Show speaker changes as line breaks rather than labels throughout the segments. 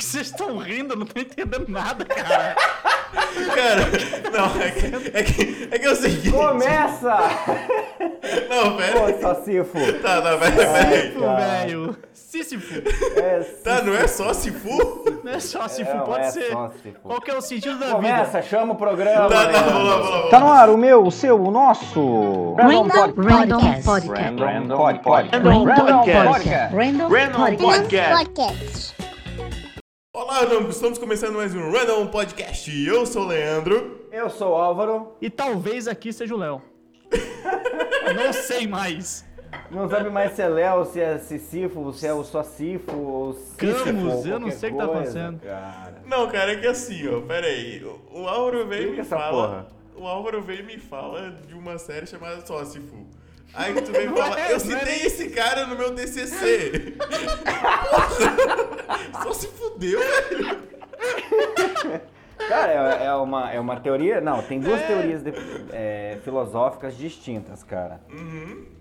Vocês estão rindo, eu não tô entendendo nada, cara.
Cara, não, é que, é que, é que é o seguinte.
Começa!
Não,
Pô,
pera.
Sacifo!
Tá, tá, pera, pera aí.
Sísifo,
cara.
Tipo, velho. Sísifo.
É,
Tá, não é só se for?
Não é só Sísifo,
Não,
pode
é
ser.
só Sísifo.
Qual que é o sentido da vida?
começa, chama o programa!
Tá, tá,
Leandro.
vamos lá, vamos lá, vamos
Tá
lá.
no ar o meu, o seu, o nosso.
Random
Random
Pod-
Podcast. Podcast.
Random Pod- Pod-
Random Podcast.
Random
Random Podcast.
Podcast.
Olá, Random, estamos começando mais um Random Podcast. Eu sou o Leandro.
Eu sou o Álvaro,
E talvez aqui seja o Léo. Não sei mais.
não sabe mais se é Léo, se é Sicifo, se é o Sacifo, ou
Camus,
Sísifo,
eu
ou
não
qualquer
sei o que tá
coisa,
acontecendo.
cara.
Não, cara, é que assim, ó, pera aí. O- O Álvaro
é
veio e
Explica
me
essa
fala.
porra.
O Álvaro veio e me fala de uma série chamada Só se for. Aí tu vem
Não
falar,
é, não
eu
é
citei
nem-
esse cara no meu TCC. Porra, só se fudeu, velho.
Cara, é, é uma, é uma teoria. Não, tem duas teorias de- é, filosóficas distintas, cara.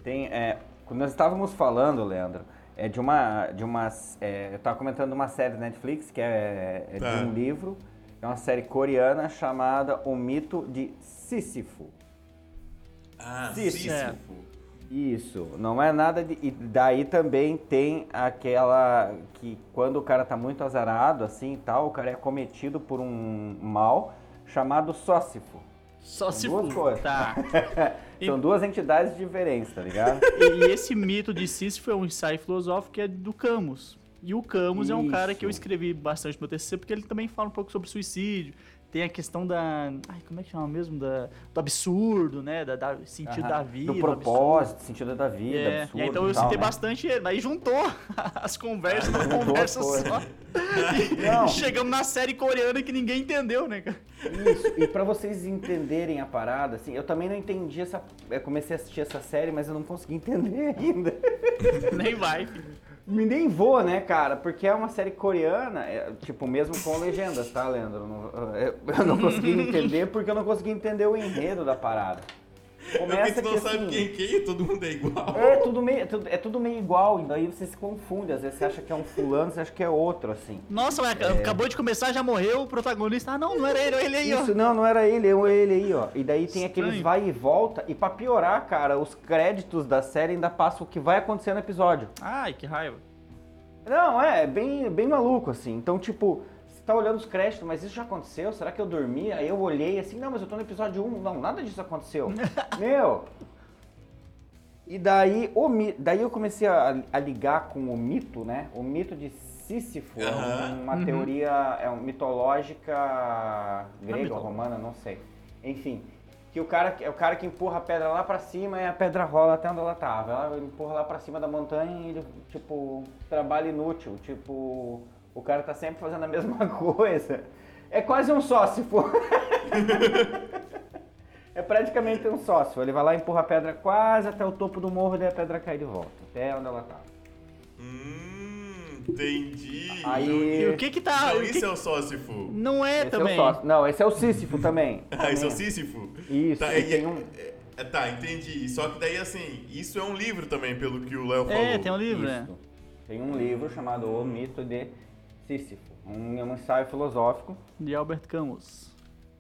Tem, é, quando nós estávamos falando, Leandro, é de uma. De uma é, eu estava comentando uma série da Netflix que é, é
Tá.
de um livro, é uma série coreana chamada O Mito de Sísifo.
Ah,
Sim,
é.
Isso, não é nada de. E daí também tem aquela que quando o cara tá muito azarado, assim e tal, o cara é cometido por um mal chamado sócifo.
Só se
Duas
for.
coisas.
Tá. E-
É, São duas entidades diferentes, tá ligado?
E esse mito de Sísifo é um ensaio filosófico que é do Camus. E o Camus é um cara que eu
Isso.
escrevi bastante no meu TCC, porque ele também fala um pouco sobre suicídio. Tem a questão da... Ai, como é que chama mesmo? Da, do absurdo, né? Da, da- sentido da
Aham.
vida.
do
absurdo.
propósito, sentido da vida,
É,
absurdo.
e aí, então
e
eu
tal,
citei
né?
bastante ele, aí juntou as conversas numa
Juntou
conversa
as coisas.
só.
Não.
E chegamos na série coreana que ninguém entendeu, né, cara?
Isso, e pra vocês entenderem a parada, assim, eu também não entendi essa. Eu comecei a assistir essa série, mas eu não consegui entender ainda.
Nem vai. filho.
Me nem vou, né, cara? Porque é uma série coreana, é, tipo, mesmo com legendas, tá, Leandro? Eu não- Eu eu não consegui entender porque eu não consegui entender o enredo da parada.
Porque
Começa
tu
que
não sabe
assim,
quem é quem, todo mundo é igual.
é tudo meio, é tudo, é tudo meio igual, e daí você se confunde, às vezes você acha que é um fulano, você acha que é outro, assim.
Nossa, mas acabou de começar, já morreu o protagonista. Ah, não, não era ele, olha ele aí, ó.
Isso, não, não era ele, é o ele aí, ó. E daí tem aqueles
Estranho.
vai e volta, e pra piorar, cara, os créditos da série ainda passam o que vai acontecer no episódio.
Ai, que raiva.
Não, é bem, bem maluco, assim. Então, tipo, você tá olhando os créditos, mas isso já aconteceu? Será que eu dormi? Aí eu olhei assim, não, mas eu tô no episódio 1. Não, nada disso aconteceu. Meu! E daí, o, mi- daí eu comecei a, a ligar com o mito, né? O mito de Sísifo é
Aham.
Uhum.
uma teoria é um, mitológica grega ou
mitológica.
romana, não sei. Enfim, que o cara é o cara que empurra a pedra lá pra cima e a pedra rola até onde ela tava. Ela empurra lá pra cima da montanha e ele, tipo, trabalho inútil. Tipo, o cara tá sempre fazendo a mesma coisa. É quase um sócifo. É praticamente um sócio. Ele vai lá, empurra a pedra quase até o topo do morro, daí a pedra cai de volta. Até onde ela tá.
Hum, entendi.
E
Aí.
o que que tá...
Então
o que
isso
que-
é o Sósifo.
Não né? é
Esse é o
também.
sócio. Não, esse é o Sísifo também.
Ah, isso é o
Também.
Sísifo?
Isso,
Tá,
e
e-
tem um.
é, tá, entendi. Só que daí, assim, isso é um livro também, pelo que o Léo falou.
É, tem um livro, né?
Isso. Tem um livro chamado O Mito de Sísifo. Um, é um ensaio filosófico
De Albert Camus.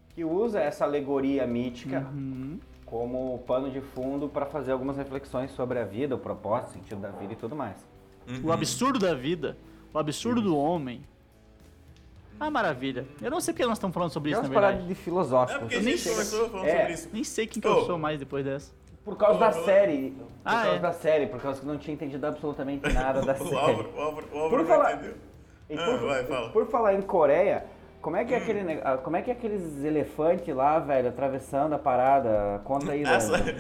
que usa essa alegoria mítica
Uhum.
como pano de fundo para fazer algumas reflexões sobre a vida, o propósito, o sentido da vida e tudo mais.
O absurdo da vida. O absurdo do homem. Ah, maravilha. Eu não sei porque nós estamos falando sobre
É
isso, na
umas
verdade.
paradas de
É
filosófico.
porque a
Eu nem
gente
sei.
começou falando
É.
sobre isso.
Nem sei quem que
Ô.
eu sou mais depois dessa.
Por causa
Ô,
da
falando-
série. Por
Ah,
causa
é.
da série, por causa que eu não tinha entendido absolutamente
Tá,
nada da
O
série.
Álvaro, o Álvaro, o Álvaro
Por
não
falar-
entendeu.
E
Ah,
por,
vai, Hum. fala.
por falar em Coreia, como é que é, aquele, neg- ah, como é que é aqueles elefantes lá, velho, atravessando a parada? Conta aí,
Ah, só-
Leandro.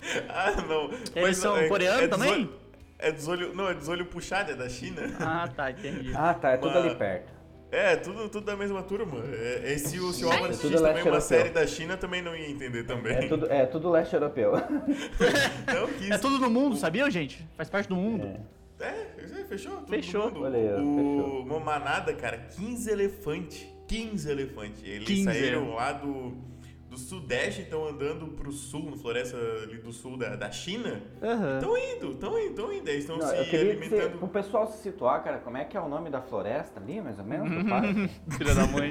ah, não. é
são coreanos também?
desolho- É desolho. Não, é desolho puxado, é da China.
Ah, tá, entendi.
Ah, tá, é tudo
Mano.
ali perto.
É, tudo, tudo da mesma turma. É, é, se o se o Álvaro
É tudo
assistisse também
leste
uma
europeu.
série da China, também não ia entender também.
É tudo, é tudo leste europeu.
Não, que
É
isso-
tudo no mundo, sabia, gente? Faz parte do mundo.
É, é, fechou? Tudo
Fechou.
mundo.
Olha aí, ó,
o...
fechou.
Uma manada, cara, 15 elefantes. 15 elefantes. Eles
15.
saíram lá do, do sudeste estão andando pro sul, na floresta ali do sul da, da China.
Aham.
Estão indo, estão indo, estão indo. Eles estão
É. Não,
se
eu queria que você,
alimentando.
pro pessoal se situar, cara, como é que é o nome da floresta ali, mais ou menos,
Uhum.
do parque?
Filha da mãe.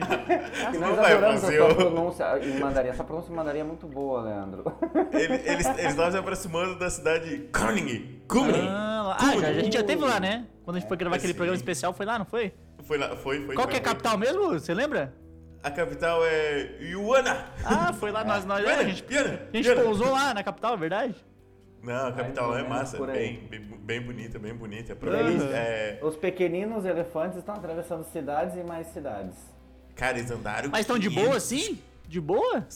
Que
Não
nós
vai
adoramos a
fazer
sua
o-
pronúncia em mandarim. Essa pronúncia em mandarim é muito boa, Leandro.
Ele- Eles eles estavam se aproximando da cidade de Koenig. Koenig.
Ah, lá- ah, já- a gente já teve lá, né? Quando a gente foi gravar aquele
Sim.
programa especial, foi lá, não foi?
Foi lá, foi, foi.
Qual que é
foi,
a
foi.
capital mesmo? Você lembra?
A capital é Yuana.
Ah, foi lá, nós, nós,
Yuana,
a gente,
Yuana,
a gente
Yuana.
pousou lá na capital, é verdade?
Não, a capital
ou
lá é
menos
massa,
por aí.
bem, bem, bem bonita, bem bonita.
Eles-
Provavelmente, é,
Os pequeninos elefantes estão atravessando cidades e mais cidades.
cara, eles andaram...
Mas estão de boa, assim? De boa?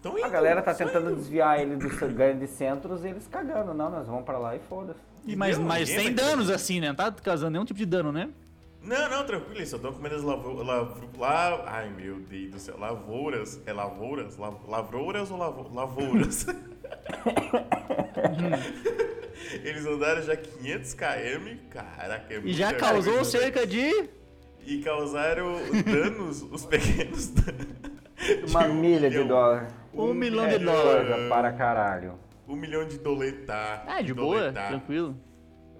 Tão indo,
A galera tá
só
tentando
indo.
desviar ele dos grandes centros e eles cagando. Não, nós vamos pra lá e foda-se.
E mas,
Não,
mas
ninguém
sem
vai-
danos, assim, né? Não tá causando nenhum tipo de dano, né?
Não, não, tranquilo, eles só estão comendo as lavouras... Lav... La... Ai, meu Deus do céu, lavouras, é lavouras? La... Lavouras ou lavo... lavouras? eles andaram já 500 km, caraca, é
E já
muita
causou
coisa.
cerca de.
E causaram danos, os pequenos danos. de
Uma
um
milha de
milhão.
dólar.
Um milhão de dólares.
Coisa para caralho.
Um milhão de doletar.
Ah, de boa,
doletar.
tranquilo.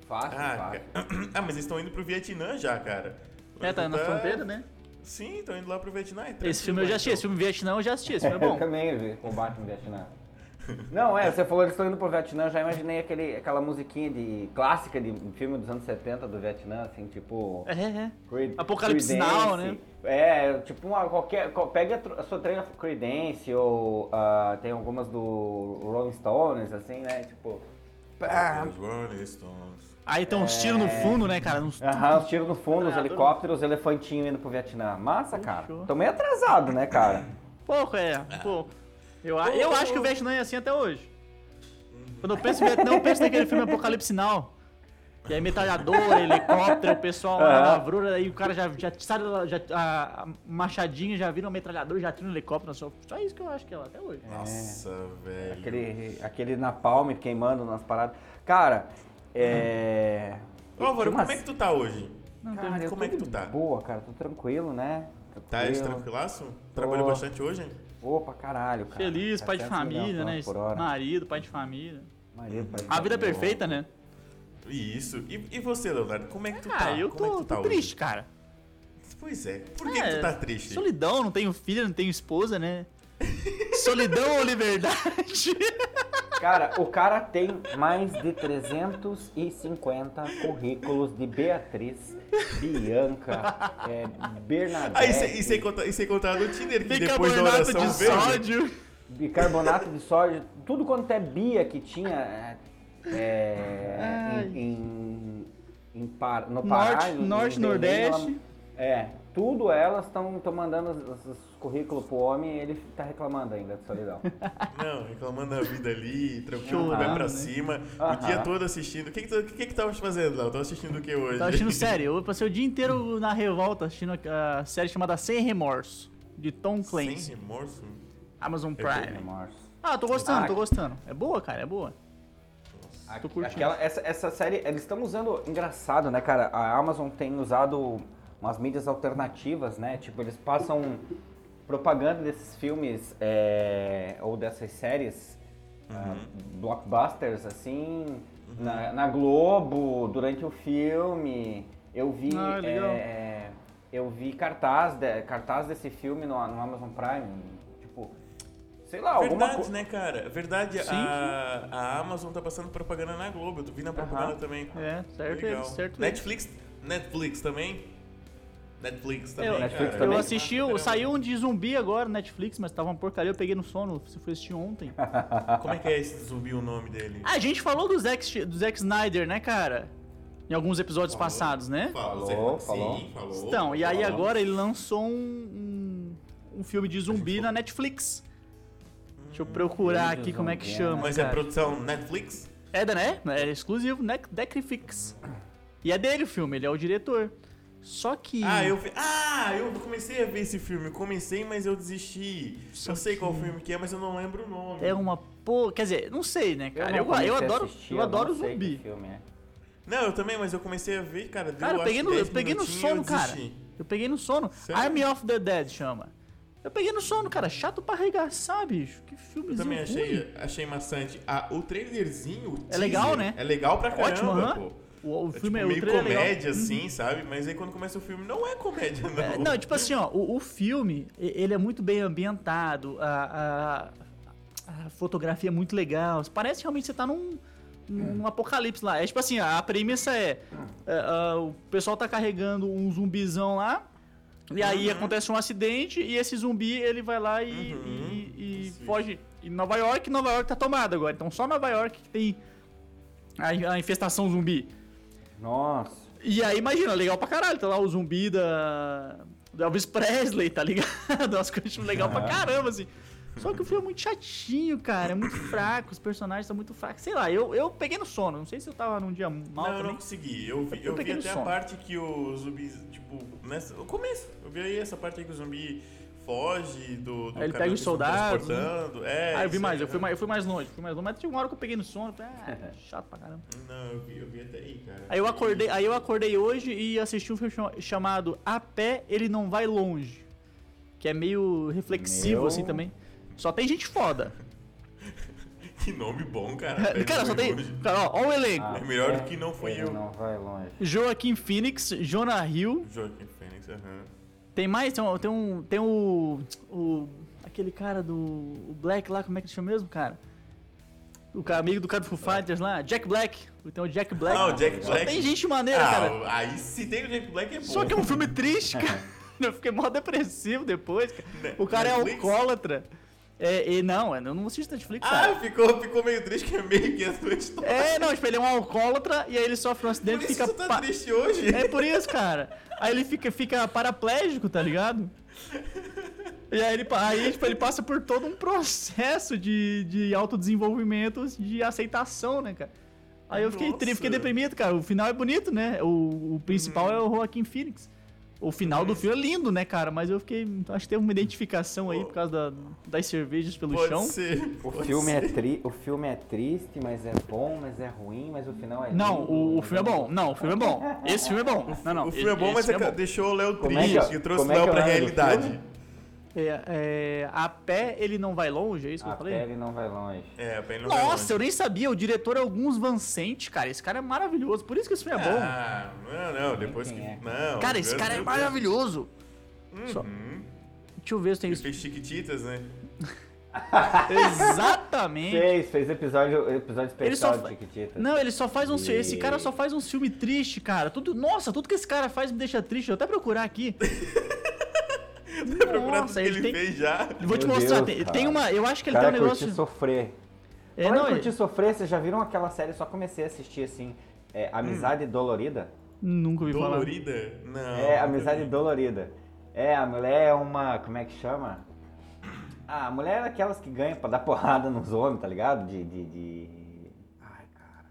Fácil,
Ah,
fácil.
cara. ah, mas eles estão indo pro Vietnã já, cara.
É, tá na fronteira, né?
Sim, estão indo lá pro Vietnã. É
Esse filme eu já assisti, esse filme Vietnã eu já assisti, esse filme é
Eu
bom.
também vi combate no Vietnã. Não, é, você falou eles estão indo pro Vietnã, eu já imaginei aquele, aquela musiquinha de clássica de filme dos anos 70 do Vietnã, assim, tipo.
É, é.
Creed-
Apocalipse Now, né?
É, tipo uma qualquer. qual- Pega a tr- a sua trailer Creedence ou ah, tem algumas do Rolling Stones, assim, né? Tipo. pá,
Os Rolling Stones.
Aí tem uns tiros no fundo, né, cara? Uns...
Aham, os tiros no fundo, os
Ah,
helicópteros, os elefantinhos indo pro Vietnã. Massa, cara.
Fechou.
Tô meio atrasado, né, cara?
Pouco, é, pouco. Eu, a- eu acho que o Vietnã é assim até hoje.
Uhum.
Quando eu penso em Vietnã, eu penso naquele filme Apocalipse Now. Que é metralhadora, helicóptero, o pessoal lá na
Aham.
lavoura, aí o cara já, já sai da- já, a, a machadinha, já vira um metralhador, já tira um helicóptero. Só, só isso que eu acho que é lá até hoje.
Nossa, velho.
É. Aquele, aquele napalm queimando nas paradas. Cara, é.
Ô, Álvaro,
Tinha
como é
umas-
que tu tá hoje?
Cara, eu
como
tô
é que
de
tu tá?
Boa, cara, tô tranquilo, né?
Tá
Tranquilo.
tranquilaço? Trabalhou
Tô.
bastante hoje?
Boa pra caralho, cara. Tá
Feliz, pai de
700
família,
milhões
né?
de quilômetros Por hora.
Marido, pai de família.
Marido, pai de
A vida
família.
perfeita, né?
Isso. E, e você, Leonardo, como é que tu
Ah,
tá?
eu
como é que
tô,
tu tá
tô
hoje?
triste, cara.
Pois é. Por que,
É,
que tu tá triste?
Solidão, não tenho filha, não tenho esposa, né? Solidão ou liberdade?
Cara, o cara tem mais de 350 currículos de Beatriz, Bianca, é, Bernadette,
Ah, e sem- e sem contar- e sem contar no Tinder, que depois da
Bicarbonato
oração
de
verde...
sódio.
bicarbonato de sódio, tudo quanto é Bia que tinha é, é, em, em, em Par- no Pará,
Norte-
em- em
Norte,
Belém,
Nordeste.
ela- é, tudo elas estão mandando os, os- os currículos pro homem e ele tá reclamando ainda de solidão.
Não, reclamando da vida ali, tranquilo,
Chorando,
vai pra
né?
cima, o
Aham.
dia todo assistindo. O que que tu, o que que tava fazendo, Léo? Tava assistindo o que
Tava
hoje?
Tá assistindo série. Eu passei o dia inteiro na revolta assistindo a a série chamada Sem Remorso, de Tom Clancy.
Sem remorso?
Amazon Prime.
Remorso.
Ah, tô gostando,
Ah,
tô gostando. É boa, cara, é boa. Tô curtindo.
Aquela, essa, essa série, eles estão usando. Engraçado, né, cara? A Amazon tem usado umas mídias alternativas, né? Tipo, eles passam propaganda desses filmes é, ou dessas séries, ah,
Uhum.
blockbusters, assim, na, na Globo, durante o filme. Eu vi.
Ah, legal.
é, eu vi cartaz, de- cartaz desse filme no, no Amazon Prime. Tipo, sei lá, Ah, alguma
Verdade,
coisa.
né, cara? Verdade,
Sim,
a, a Amazon tá passando propaganda na Globo. Eu vi na propaganda
Aham.
também.
É, certo,
Legal.
certo.
Netflix, Netflix também? Netflix também,
Eu,
cara.
Netflix
eu
também.
assisti, o- saiu um de zumbi agora na Netflix, mas tava uma porcaria, eu peguei no sono, se foi assistir ontem.
Como é que é esse zumbi o nome dele?
Ah, A gente falou do Zack, do Zack Snyder, né, cara? Em alguns episódios
Falou.
passados, né?
Falou,
Falou,
sim,
falou.
falou.
Então, e aí
falou.
agora ele lançou um, um, um filme de zumbi na Netflix. Deixa eu procurar
filme de
aqui como é que
zumbi,
chama.
Mas é
cara.
produção Netflix?
É da, né? É exclusivo, né? Decrifix. E é dele o filme, ele é o diretor. Só que.
Ah, eu, fi- ah, eu comecei a ver esse filme. Comecei, mas eu desisti. eu sei qual filme que é, mas eu não lembro o nome.
É uma. Pô, quer dizer, não sei, né, cara?
não
Eu, eu,
comecei a
adoro,
assistir,
eu adoro
não sei que
zumbi.
filme é.
Não, eu também, mas eu comecei a ver, cara. Deu,
Cara, eu
acho,
peguei no,
10
eu peguei no
minutinhos e eu
sono, cara.
desisti.
Eu peguei no sono.
Sério?
Army of the Dead chama. Eu peguei no sono, cara. Chato pra arregaçar, bicho. Que
Eu
filmezinho
também
ruim.
achei, achei maçante. Ah, o trailerzinho. o teaser,
legal, né?
É legal pra caramba,
Ótimo, aham.
pô.
O, o
É
filme é,
tipo, meio
o trailer é legal.
comédia, assim, sabe? Mas aí quando começa o filme, não é comédia, não.
É, Não, tipo assim, ó, o, o filme, e- ele é muito bem ambientado, a, a- a fotografia é muito legal. Parece realmente que você tá num, num apocalipse lá. É tipo assim, a premissa é, é, ah, o pessoal tá carregando um zumbizão lá, e aí acontece um acidente, e esse zumbi, ele vai lá e, e- e
Isso,
foge. Em Nova York, Nova York tá tomada agora. Então só Nova York que tem a- a infestação zumbi.
Nossa.
E aí, imagina, legal pra caralho. Tá lá o zumbi da. Do Elvis Presley, tá ligado? Umas coisas legal pra caramba, assim. Só que o filme é muito chatinho, cara. É muito fraco, os personagens são muito fracos. Sei lá, eu, eu peguei no sono. Não sei se eu tava num dia mal
não, eu não
também. É
consegui. Eu vi,
Eu
eu vi
peguei no
até a
sono.
parte que o zumbi, tipo, nessa, o começo. Eu vi aí essa parte aí que o zumbi foge do, do
Aí ele pega os
cara que eles estão
soldados, né?
transportando. É,
ah, eu vi
isso
mais,
aí,
eu fui,
né?
mais, eu fui mais longe, fui mais longe. Mas tinha uma hora que eu peguei no sono, falei, ah, chato pra caramba.
Não, eu vi, eu vi até aí, cara.
Aí eu acordei, aí eu acordei hoje e assisti um filme chama- chamado A Pé Ele Não Vai Longe. Que é meio reflexivo,
Meu.
assim, também. Só tem gente foda.
Que nome bom, cara. um
Cara, só
Foi
tem.
longe.
Cara, ó, ó o elenco.
Ah,
melhor
é,
do que não fui
ele
eu.
Não vai longe.
Joaquim Phoenix, Jonah Hill.
Joaquim Fênix, aham.
Tem mais? Tem, um- tem um. Tem o. O. Aquele cara do. O Black lá, como é que ele chama mesmo, cara? O cara, amigo do cara do Foo Fighters lá, Jack Black. Tem o Jack Black.
Ah, o Jack
Só
Black.
tem gente maneira, cara.
Ah, aí se tem o Jack Black é bom.
Só que é um filme triste, cara. Eu fiquei mó depressivo depois, cara.
Ne-
O cara é
Netflix?
alcoólatra. É, e não, eu não assisto Netflix, cara.
Ah, ficou, ficou meio triste que é meio que a sua história.
É, não, tipo, ele é um alcoólatra e aí ele sofre um
Por
acidente e
isso
fica.
que você tá
pa-
triste hoje.
É por isso, cara. Aí ele fica, fica paraplégico, tá ligado? E aí, ele, pa- aí tipo, ele passa por todo um processo de, de autodesenvolvimento, de aceitação, né, cara? Aí eu fiquei, tri-
Nossa. Uhum.
fiquei deprimido, cara. O final é bonito, né? O, o principal é o Joaquim Phoenix. O final do filme é lindo, né, cara? Mas eu fiquei. então, Acho que teve uma identificação aí por causa da- das cervejas pelo
Pode
chão.
ser.
O
pode
filme, é
ser.
tri... o filme é triste, mas é bom, mas é ruim, mas o final é
Não,
lindo,
o, o
mas
filme é
não-
bom. Não, o filme é bom. Esse filme é bom. Não, não.
O filme é bom,
esse
mas
filme
é- deixou o Léo
Como é que
triste,
é-
que trouxe o
como é que
Léo
é o
pra
nome do
realidade.
filme?
É, é, a pé ele não vai longe, é isso que
A
eu falei?
pele não vai longe.
É, bem não vai longe.
Nossa, eu nem sabia. O diretor é alguns Vancente, cara. Esse cara é maravilhoso. Por isso que esse filme é bom.
Ah, não, não, depois que.
Quem é?
Não.
cara, esse
meu
cara é
Deus.
maravilhoso. Só- Deixa eu ver se tem
Ele
isso.
fez Chiquititas, né?
Exatamente.
Fez, fez episódio, episódio
Ele só
especial de
fa-
Chiquititas.
Não, ele só faz um.
E-
Esse cara só faz um filme triste, cara. Tudo... Nossa, tudo que esse cara faz me deixa triste. Eu vou até procurar aqui.
Vai procurar tudo Tá que
Nossa, ele
ele
tem.
fez já.
Vou te
Meu
mostrar.
Deus,
tem,
cara.
tem uma. Eu acho que ele
cara
tem um
curtir
negócio.
sofrer.
É,
Falando
não,
em
ele-
curtir sofrer, vocês já viram aquela série? Só comecei a assistir assim, é,
Hum.
Amizade Dolorida?
Nunca ouvi falar.
Dolorida? Não.
É, Amizade Dolorida. É, a mulher é uma. Como é que chama? Ah, a mulher é aquelas que ganha pra dar porrada nos homens, tá ligado? De. de, de- Ai, cara.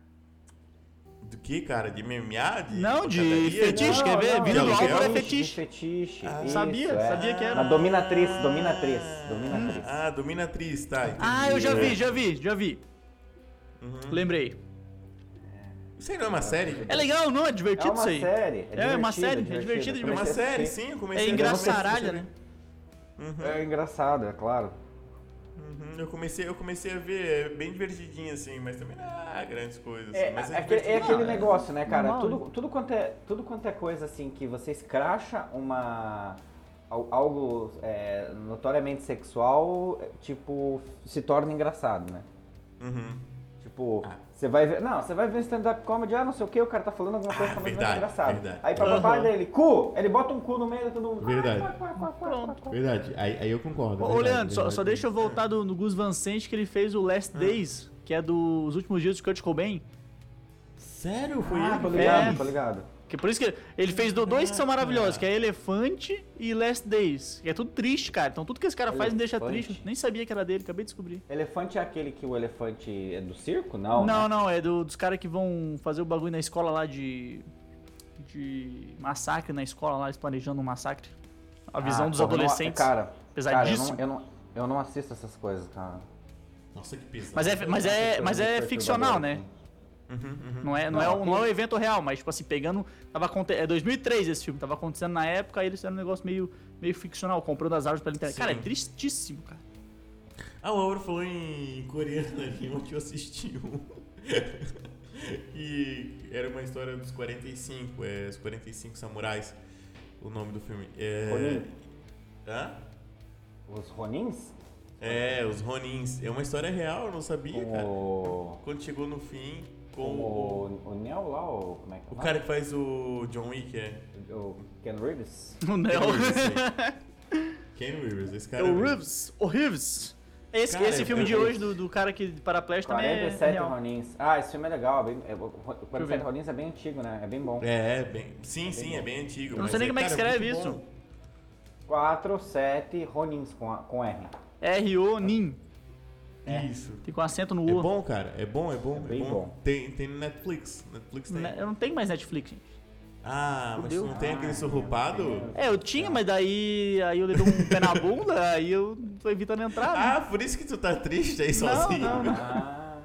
Do que, cara? De MMA? De
Não, de
pancadaria?
fetiche, quer ver?
não,
Vida
de
do Álvaro é
fetiche. Ah,
de fetiche. isso,
sabia,
é.
sabia que era. um-
Uma dominatriz, dominatriz, dominatriz.
Ah, dominatriz, tá. entendi.
Ah, eu já vi, já vi, já vi. Lembrei.
Isso aí não é uma série?
É legal, não? É divertido
é uma
isso aí.
série. É,
É, uma
divertido,
série, é divertido,
divertido.
É uma
mas
Comecei a
série,
assistir.
sim. eu
É
Comecei a-
engraçaralha, né?
É engraçado, é claro.
Uhum, Eu comecei, eu comecei a ver, é bem divertidinho assim, mas também não há grandes coisas.
É,
assim, mas
é aquele, é
divertido.
aquele
Não, é
negócio, né, cara?
normal,
Tudo, tudo, quanto é, tudo quanto é coisa assim que você escracha uma. al- algo é, notoriamente sexual, é, tipo, se torna engraçado, né?
Uhum.
Tipo, você vai ver. Não, você vai ver um stand-up comedy, ah, não sei o que, o cara tá falando alguma coisa
Ah,
que também
verdade,
é engraçado.
verdade.
Aí papai
Aham.
dele, cu! Ele bota um cu no meio e todo mundo.
Verdade.
Pronto.
Verdade, aí, eu concordo.
Ô, Ô, Leandro, só, só deixa eu voltar do, no Gus Van Sant, que ele fez o Last Days, que é dos últimos dias do Kurt Cobain.
Sério? Foi
Ah, tô
ele?
ligado,
fez.
tô ligado.
Que é por isso que ele, ele fez do- dois que são maravilhosos, que é Elefante e Last Days. Que é tudo triste, cara. Então tudo que esse cara faz me deixa
Elefante.
triste. Nem sabia que era dele, acabei de descobrir.
Elefante é aquele que o elefante é do circo? Não.
Não,
né?
não, é do- dos caras que vão fazer o bagulho na escola lá de. de massacre na escola lá, eles planejando um massacre. A visão
Ah,
dos
tá
porra, não-
adolescentes.
Cara,
Pesadíssimo.
cara, eu, não, eu, não, eu não assisto essas coisas, cara.
é-
Nossa, que pesado. Uhum,
Mas é, mas é, mas é ficcional, né? Não é, não, é, o- não é o evento real, mas, tipo assim, pegando. Tava aconte... É 2003 esse filme, tava acontecendo na época, aí eles fizeram um negócio meio, meio ficcional, comprando as árvores pela internet.
Sim.
Cara, é tristíssimo, cara.
Ah, o Álvaro falou em coreano ali, onde eu assisti um. e era uma história dos 45, é, os 45 samurais, o nome do filme. É,
Ronin.
Hã?
Os Ronins?
É, os Ronins. É uma história real, eu não sabia, cara.
O.
Quando chegou no fim, é. com o,
O, o Neo lá, o. Como é que
o
é?
cara que faz o John Wick, é.
O Ken Reeves?
É O Neo.
Ken Reeves, sim. Ken Reeves, esse cara.
É
é
o
mesmo.
Reeves. O Reeves. Esse,
Cara, é
esse filme
eu-
de hoje do, do cara que de paraplégico também é
47
real.
Ronins. Ah, esse filme é legal. Bem, é, o
eu ver.
47 Ronins é bem antigo, né? É bem bom.
É, é bem. Sim, sim, é bem antigo.
Eu não
mas
sei nem como é que
cara,
escreve
muito
isso.
bom.
4, 7 Ronins com, a- com R.
R.O. Nin. É.
Isso.
Tem com acento no
É
U.
bom, cara. É bom, é bom.
É bem bom.
Tem, tem no Netflix. Netflix tem.
Ne- Né, Eu não tenho mais Netflix, gente.
Ah, mas tu não tem aquele surrupado?
É, eu tinha, mas daí aí eu levei um pé na bunda, aí eu tô evitando entrar. né?
Ah, por isso que tu tá triste aí sozinho.
não, não.
Ah.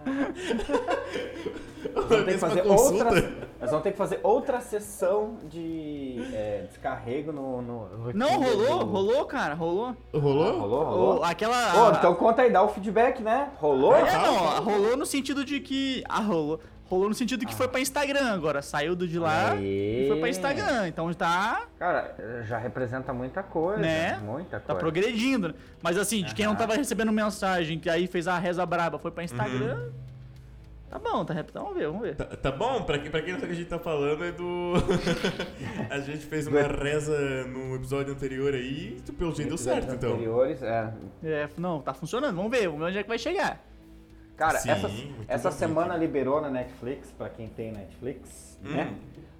Nós
Vamos ter que fazer outra, nós vamos ter que fazer outra sessão de é, descarrego no. no- no-
Não,
no-
rolou,
no-
rolou, cara, rolou.
Rolou?
Ah, Rolou, rolou.
Ô, aquela.
Ô, então conta aí, dá o feedback, né? Rolou?
É, não, rolou no sentido de que. Ah, rolou. Rolou no sentido que foi pra Instagram agora. Saiu do de lá
Aê.
e foi pra Instagram. Então tá,
Cara, já representa muita coisa.
Né?
Muita
tá
coisa.
progredindo. né? Mas assim, de quem não tava recebendo mensagem, que aí fez a reza braba,
Uhum.
foi pra Instagram. Tá bom, tá rep- então, Vamos ver, vamos ver.
Tá, tá bom? Pra, quem- pra quem não sabe o que a gente tá falando é do. a gente fez uma reza no episódio anterior aí. Tu, pelo jeito deu certo,
Episódios
então.
Anteriores, é.
É, não, tá funcionando, vamos ver, vamos ver onde é que vai chegar.
Cara,
Sim,
essa,
muito
essa
bom,
semana
muito.
liberou na Netflix, pra quem tem Netflix,
Hum.
né?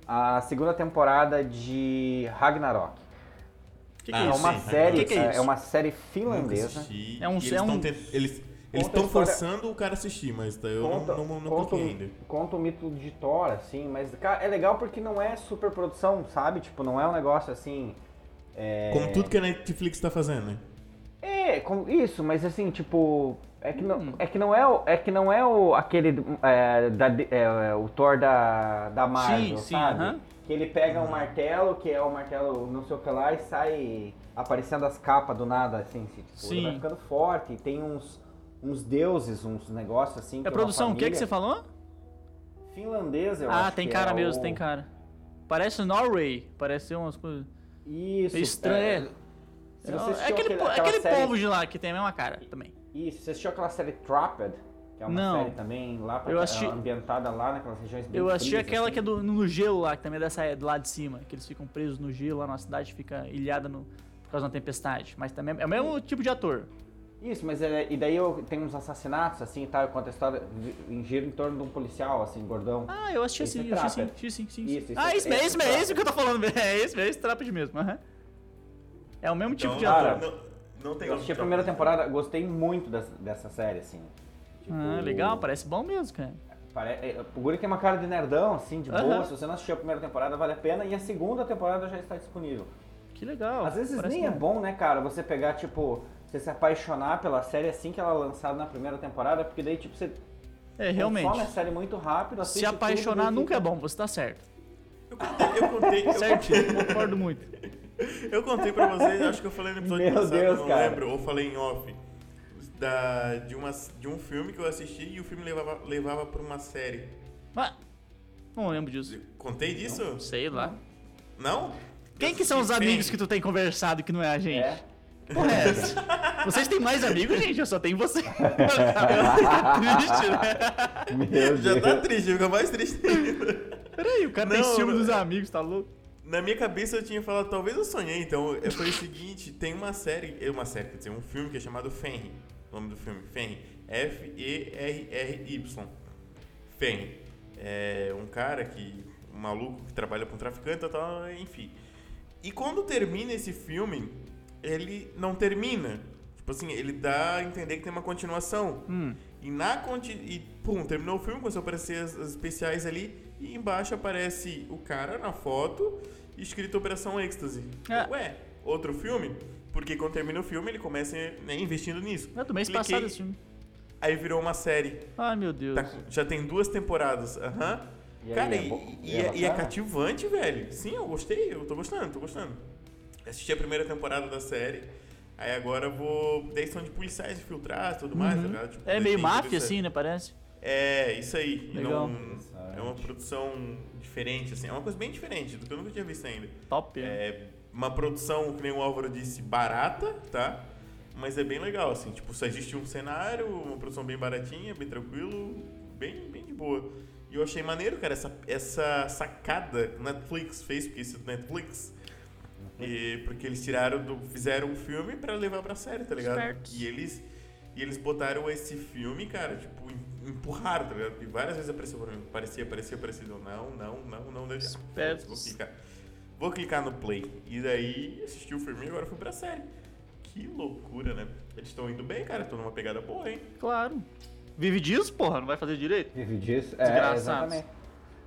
A segunda temporada de Ragnarok.
Que que
Ah,
é
é
isso?
uma
sim,
série,
Ragnarok. Que que é
é,
isso?
uma série finlandesa.
Assisti.
É um-
E eles
é um-
tão ten- Eles
Conta a
estão
história-
forçando o cara a assistir, mas tá, eu não-
Conta,
não, não, não
conta,
toquei
o-
ainda.
conta o mito de Thor, assim, mas cara, é legal porque não é super produção, sabe? Tipo, não é um negócio assim. É,
Como tudo que a Netflix tá fazendo, né?
é como- isso, mas assim, tipo. É que,
Hum.
não, é que não é o, é que não é o aquele é, da, é, o Thor da, da
Sim,
Marvel,
sim,
sabe?
aham. É
Que ele pega um martelo, que é o martelo não sei o que lá, e sai aparecendo as capas do nada, assim, assim, tipo, ele
Sim.
vai ficando forte, e tem uns, uns deuses, uns negócios assim. que
É
uma
produção, o que é que
família-
você falou?
Finlandesa, eu
Ah,
acho
tem
que
cara
é
mesmo,
o-
tem cara. Parece Norway, parece umas coisas.
Isso.
É estranho.
Se
É,
você
é
assistiu
aquele, po-
aquela
é aquele
série-
povo de lá que tem a mesma cara também.
Isso, você assistiu aquela série Trapped? Que é uma
Não.
série também lá pra
Eu assisti-
ambientada lá naquelas regiões bem
Eu assisti
frias,
aquela
assim.
que é do, no gelo lá, que também é dessa é do lado de cima, que eles ficam presos no gelo lá na cidade, fica ilhada no, por causa de uma tempestade. Mas também é o mesmo tipo de ator.
Isso, mas é, e daí eu, tem uns assassinatos assim e tal, eu conto a história de- em giro em torno de um policial, assim, gordão.
Ah, eu assisti
Esse
assim,
é
eu assisti sim,
Trapped.
assisti sim, sim, sim.
Isso, isso
ah,
é-
isso mesmo, é
esse
isso mesmo,
é
é isso que eu tô falando, é esse mesmo, é esse trapo de mesmo. aham. É o mesmo tipo de
Então,
ator.
Não, não tem
eu assisti a primeira temporada, gostei muito dessa, dessa série, assim. Tipo,
Ah, legal, parece bom mesmo, cara.
Pare... é, O Guri tem uma cara de nerdão, assim, de boa.
Aham.
Se você não assistiu a primeira temporada, vale a pena. E a segunda temporada já está disponível.
Que legal.
Às vezes
parece
nem é bom, né, cara, você pegar, tipo, você se apaixonar pela série assim que ela é lançada na primeira temporada, porque daí, tipo, você
É, realmente.
consome a série muito rápido, assiste
Se apaixonar
tudo,
nunca é
daí fica-
bom, você tá certo.
Eu contei, eu contei,
Certo, concordo muito.
eu contei pra vocês, acho que eu falei no episódio
Meu
passado,
Deus,
não
cara.
lembro, ou falei em off, da, de, uma, de um filme que eu assisti e o filme levava, levava pra uma série.
Mas, não lembro disso.
Contei disso?
Sei lá.
Não?
Quem que são os amigos que tu tem conversado que não é a gente? Que Porra, é essa? Vocês têm mais amigos, gente? Eu só tenho você. Tá triste, né?
É. Meu
Já
Deus.
tá triste, fica mais triste ainda.
Peraí, o cara tem
Não,
ciúme
não.
dos amigos, tá louco?
Na minha cabeça eu tinha falado, talvez eu sonhei, então é, foi o seguinte, tem uma série, é uma série, quer dizer, um filme que é chamado Fenry, o nome do filme, Fenry, F-E-R-R-Y, Fenry, é um cara que, um maluco que trabalha com traficante, tal, tal, enfim. E quando termina esse filme, ele não termina, tipo assim, ele dá a entender que tem uma continuação.
Hum.
E na conti e pum, terminou o filme, começou a aparecer as, as especiais ali, e embaixo aparece o cara na foto, escrito Operação Êxtase.
É.
Ué, outro filme? Porque quando termina o filme, ele começa né, investindo nisso.
É do mês
Cliquei-
passado esse filme.
Aí virou uma série.
Ai, meu Deus.
Tá com- já tem duas temporadas. Aham.
E aí,
Cara,
é
e,
bom?
e
E é
é, e é
bacana?
cativante, velho. Sim, eu gostei, eu tô gostando, tô gostando. Assisti a primeira temporada da série. Aí agora eu vou. Daí são de policiais infiltrados e tudo mais, tá ligado? Tipo,
É
daí
meio
tem
máfia,
toda essa-
assim, né? Parece.
É, isso aí. E
Legal.
não- é uma produção diferente, assim. É uma coisa bem diferente do que eu nunca tinha visto ainda.
Top.
É uma produção, que nem o Álvaro disse, barata, tá? Mas é bem legal, assim, tipo, só existe um cenário, uma produção bem baratinha, bem tranquilo, bem, bem de boa. E eu achei maneiro, cara, essa, essa sacada que o Netflix fez, porque isso é do Netflix. E porque eles tiraram do. fizeram um filme pra levar pra série, tá ligado?
Espertos.
E eles. E eles botaram esse filme, cara, tipo, em- empurraram, tá ligado? E várias vezes apareceu pra mim. Aparecia, aparecia, aparecia. Eu, Não, não, não, não deixa.
Espertos.
Vou clicar. Vou clicar no play. E daí assisti o filme e agora fui pra série. Que loucura, né? Eles estão indo bem, cara. Tô numa pegada boa, hein?
Claro. Vive disso, porra, não vai fazer direito?
Vive disso? É,
Desgraçados.
exatamente.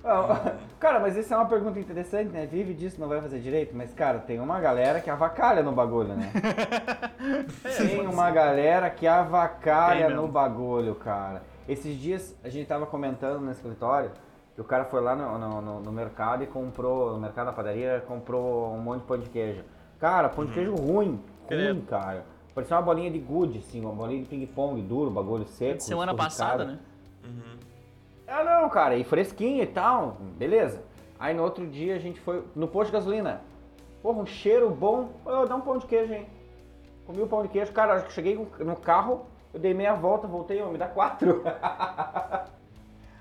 Ah, Cara, mas isso é uma pergunta interessante, né? Vive disso, não vai fazer direito? Mas, cara, tem uma galera que avacalha no bagulho, né? tem uma galera que avacalha
É, Tem mesmo.
no bagulho, cara. Esses dias a gente tava comentando no escritório que o cara foi lá no, no- no- no mercado e comprou, no mercado da padaria, comprou um monte de pão de queijo. Cara, pão de queijo ruim, ruim,
Uhum. Credo.
cara. Parecia uma bolinha de gude, assim, uma bolinha de ping-pong duro, bagulho seco.
Semana
esturricado.
passada, né?
Ah, não, cara, e fresquinho e tal, beleza. Aí no outro dia a gente foi no posto de gasolina. Porra, um cheiro bom. Eu dá um pão de queijo, hein? Comi o pão de queijo. Cara, acho que cheguei no carro, eu dei meia volta, voltei, ó, me dá quatro.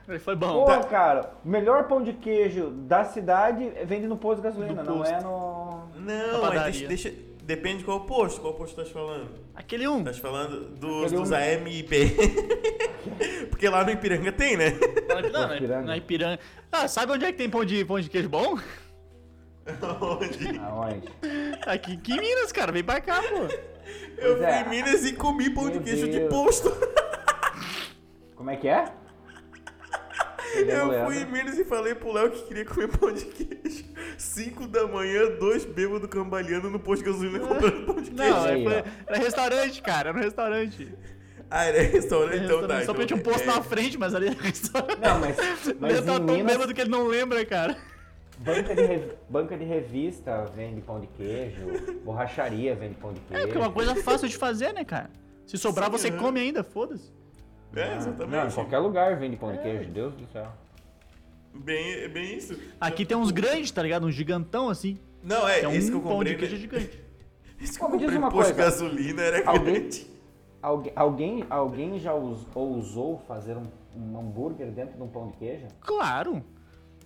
Ele foi bom.
Porra, cara, o melhor pão de queijo da cidade vende no posto de gasolina,
No
não
posto.
é no.
Não,
Na
mas
padaria.
deixa, deixa- Depende qual posto. Qual posto tu tá falando?
Aquele um.
Tá falando dos,
Aquele
dos
um-
AM e IP. Porque lá no Ipiranga tem, né?
Não,
Na
na
Ipiranga.
Ipiranga. Na Ipiranga. Ah, sabe onde é que tem pão de, pão de queijo bom?
Onde?
Aonde?
Aqui, aqui em Minas, cara. Vem pra cá, pô.
Eu
Pois
fui
é.
em Minas e comi pão de
Meu
queijo de
Deus.
posto.
Como é que é?
Eu fui
né?
em Minas e falei pro Léo que queria comer pão de queijo. 5 da manhã, dois bêbados cambaleando no posto de gasolina comprando pão de queijo.
Não,
Aí,
é, foi,
ó.
era restaurante, cara. Era um restaurante.
Ah, era restaurante, então tá.
Restaurante. Só
então,
pra gente um posto
é,
na frente, mas ali era restaurante.
Não, mas, mas É.
ele tá
em
tão
Minas,
bêbado que ele não lembra, cara.
banca de, rev- banca de revista vende pão de queijo, borracharia vende pão de queijo.
É, porque é uma coisa fácil de fazer, né, cara? Se sobrar,
Sim,
você
né?
come ainda, foda-se.
É,
Não, em
exatamente.
qualquer lugar vende pão de
É.
queijo, Deus do céu.
Bem, é bem isso.
Aqui tem uns grandes, tá ligado? Uns gigantão, assim.
Não, é,
É um
esse que eu
pão
comprei.
de queijo
né?
gigante.
Esse que
Pô,
eu
me diz
comprei no
uma
posto de
coisa.
gasolina era
Alguém-
grande.
Algu- alguém, alguém já us- ousou fazer um, um hambúrguer dentro de um pão de queijo?
Claro.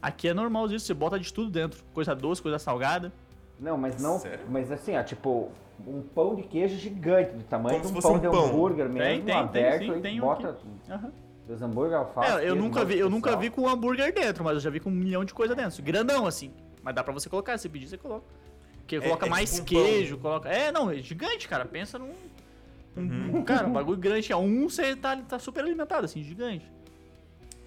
Aqui é normal isso, você bota de tudo dentro. Coisa doce, coisa salgada.
Não, mas não.
Sério?
Mas assim, ó, tipo, um pão de queijo gigante, do tamanho
Como
de
se
um
fosse
pão
um
de
pão.
hambúrguer mesmo,
tem, tem,
aberto
sim,
e
tem um
bota
Aham.
dos hambúrguer alface.
É, eu
queijo,
nunca
molho
vi, eu nunca
especial.
vi com hambúrguer dentro, mas eu já vi com um milhão de coisa dentro. Grandão assim. Mas dá pra você colocar, se pedir, você coloca. Porque coloca
é
mais
tipo um
queijo, coloca. É, não, é gigante, cara. Pensa num. um-
Uhum.
Cara, um bagulho grande. É um, você tá, tá super alimentado, assim, gigante.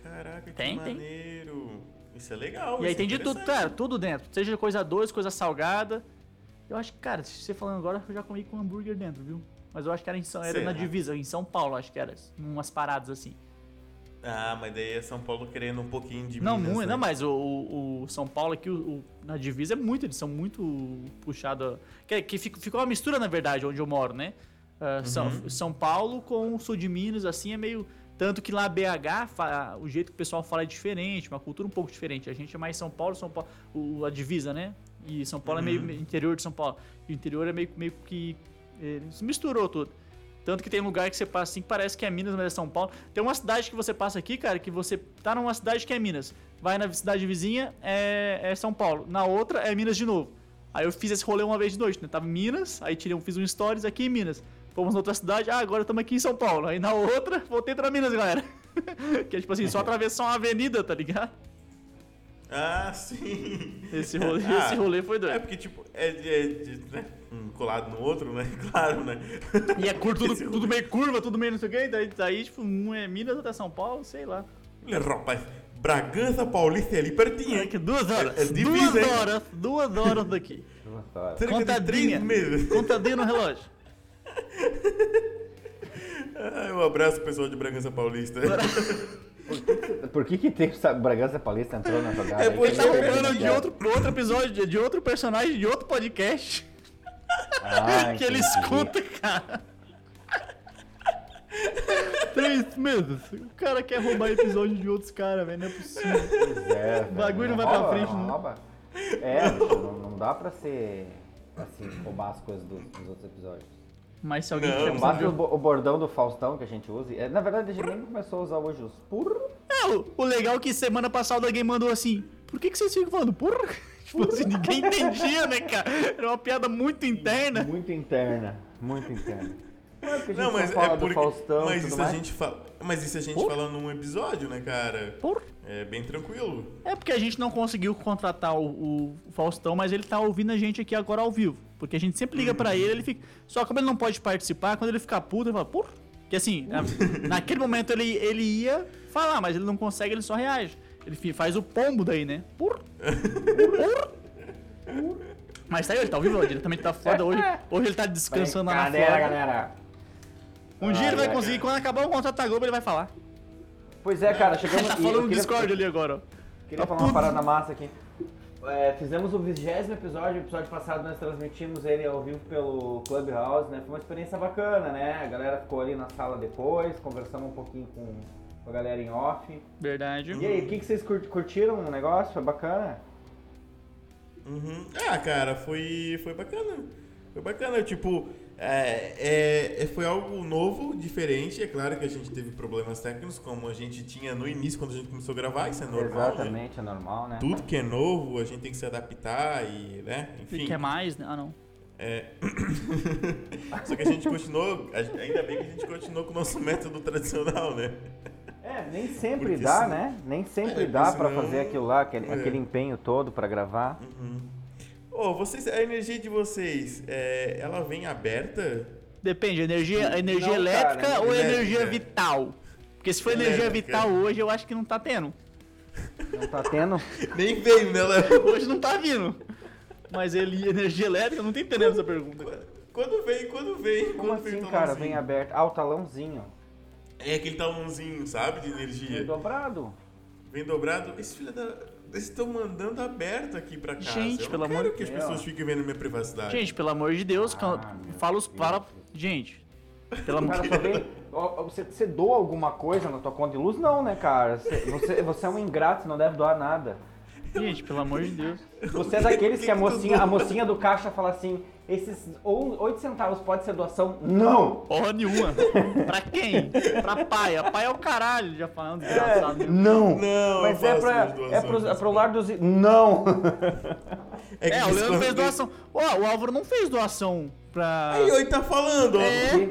Caraca, que
Tem, tem.
maneiro. Isso é legal.
E aí
isso é
tem de tudo,
interessante.
cara, tudo dentro. Seja coisa doce, coisa salgada. Eu acho que, cara, se você falando agora, eu já comi com hambúrguer dentro, viu? Mas eu acho que era, em São, era
Será?
na divisa, em São Paulo, acho que era. Umas paradas assim.
Ah, mas daí é São Paulo querendo um pouquinho de
Não,
Minas,
muito,
né?
não, mas o, o- o São Paulo aqui, o- o- na divisa, é muito, eles são muito puxados. Que, que fica- ficou uma mistura, na verdade, onde eu moro, né? Ah, São, São Paulo com o sul de Minas, assim, é meio. Tanto que lá BH, fa- o jeito que o pessoal fala é diferente, uma cultura um pouco diferente. A gente é mais São Paulo, São Paulo, o- a divisa, né? E São Paulo é meio interior de São Paulo. E o interior é meio, meio que. eh, se misturou tudo. Tanto que tem lugar que você passa assim, que parece que é Minas, mas é São Paulo. Tem uma cidade que você passa aqui, cara, que você tá numa cidade que é Minas. Vai na cidade vizinha, é, é São Paulo. Na outra, é Minas de novo. Aí eu fiz esse rolê uma vez de noite, né? Tava em Minas, aí tirei, um- fiz um stories aqui em Minas. Fomos na outra cidade, ah, agora estamos aqui em São Paulo. Aí na outra, voltei pra Minas, galera. que é tipo assim, só atravessar uma avenida, tá ligado?
Ah, sim.
Esse rolê,
Ah,
esse rolê foi
É
doido.
porque, tipo, é, é de- né? um colado no outro, né? Claro, né?
E é curto,
Esse
tudo,
rolê.
tudo meio curva, tudo meio não sei o quê. Daí, daí tipo, um é Minas, outro é São Paulo, sei lá.
Olha, rapaz, Bragança Paulista é ali pertinho,
É
hein?
que duas horas.
É difícil,
duas
hein?
horas. Duas horas daqui.
Nossa,
Cerca de
Contadinha.
três meses.
Contadinha no relógio.
Ah, um abraço pro pessoal de Bragança Paulista.
Por que que tem essa Bragança Paulista entrou na jogada?
É
aí?
porque
Tá
Eu
roubando
perdi
de outro, outro episódio, de- de outro personagem, de outro podcast
Ah,
que ele
entendi.
escuta, cara. Três meses. O cara quer roubar episódio de outros caras, velho. Não é possível.
Pois é, velho.
bagulho não vai pra
Rouba,
frente, né?
rouba. É, bicho, não, não dá pra ser... Assim, roubar as coisas do- dos outros episódios.
Mas se alguém
Não, é
tiver
mas
Basta o,
episódio...
bo- o bordão do Faustão que a gente usa. É, na verdade, a gente nem começou a usar hoje os purro.
É, o, o legal é que semana passada alguém mandou assim: Por que, que vocês ficam falando porra? Tipo assim, ninguém entendia, né, cara? Era uma piada muito interna.
Muito interna. Muito interna. Mas porque a gente
Não, mas
só
é
fala
porque.
do Faustão e
mas,
tudo
isso a
mais.
gente fala, mas isso a gente
Porra.
fala num episódio, né, cara?
Porra.
É bem tranquilo.
É porque a gente não conseguiu contratar o, o Faustão, mas ele tá ouvindo a gente aqui agora ao vivo. Porque a gente sempre liga pra ele, ele fica. Só como ele não pode participar, quando ele fica puto, ele fala, porra. Que assim, na- naquele momento ele, ele ia falar, mas ele não consegue, ele só reage. Ele fi- faz o pombo daí, né? Por. Mas tá aí, ele tá ao vivo, ó, diretamente da Flórida hoje. Hoje ele tá descansando lá na
Brincadeira,
Flórida.
galera.
Um dia ele vai
Ai,
conseguir, quando acabar o contrato da Globo, ele vai falar.
Pois é, cara, chegamos...
Tá
e eu
falando no
queria-
Discord ali agora, ó.
Queria falar uma parada massa aqui. É, fizemos o vigésimo episódio, o episódio passado nós transmitimos ele ao vivo pelo Clubhouse, né? Foi uma experiência bacana, né? A galera ficou ali na sala depois, conversamos um pouquinho com com a galera em off.
Verdade.
E aí, o que, que vocês cur- curtiram o negócio? Foi bacana?
Uhum. Ah, cara, foi, foi bacana. Foi bacana, tipo, é, é- é- foi algo novo, diferente. É claro que a gente teve problemas técnicos, como a gente tinha no início quando a gente começou a gravar, isso é normal. Né?
Exatamente, é normal, né?
Tudo que é novo, a gente tem que se adaptar e, né,
E
enfim.
quer mais, né? Ah, não.
É. Só que a gente continuou, a gente- ainda bem que a gente continuou com o nosso método tradicional, né?
É, nem sempre
Porque
dá,
senão-
né? Nem sempre
É,
dá pra
senão-
fazer aquilo lá, aquele,
É.
aquele empenho todo pra gravar.
Ô, vocês, a energia de vocês, é, ela vem aberta?
Depende, energia, energia
cara, né,
elétrica ou
elétrica.
energia vital? Porque se for energia
Elétrica.
vital hoje, eu acho que não tá tendo.
Não tá tendo?
Nem veio, né, Léo?
Hoje não tá vindo. Mas ele, energia elétrica, não tô entendendo essa pergunta, cara.
Quando vem, quando vem,
Como
quando vem um
assim,
o
cara?
talãozinho?
Vem aberto. Ah, o talãozinho.
É aquele talãozinho, sabe, de energia.
Dobrado.
Vem dobrado. Esse filho da... Eles estão mandando tá aberto aqui pra casa.
Gente,
Eu não
pelo
quero
amor de
que as
Deus.
pessoas fiquem vendo minha privacidade.
Gente, pelo amor de Deus, cal-
meu
fala os. Para. Gente. Pelo amor
Cara,
de
só vem. ó, ó, Você, você doa alguma coisa na tua conta de luz? Não, né, cara? Você, você, você é um ingrato, você não deve doar nada.
Gente, pelo amor de Deus.
Você é daqueles
Que
que a
que tu
mocinha,
doa?
a mocinha do caixa fala assim: esses 8 centavos pode ser doação? Não!
Porra nenhuma. Pra quem? Pra pai. A pai é o caralho, já falando, desgraçado.
É. Não!
Não,
Mas
eu faço
é, pra,
minhas
é
doações.
pro, é pro lar dos. Não!
que
É, o Leandro
quando
fez
vem-
doação. Ó, o Álvaro não fez doação pra.
Aí, oi, tá falando, ó.
É.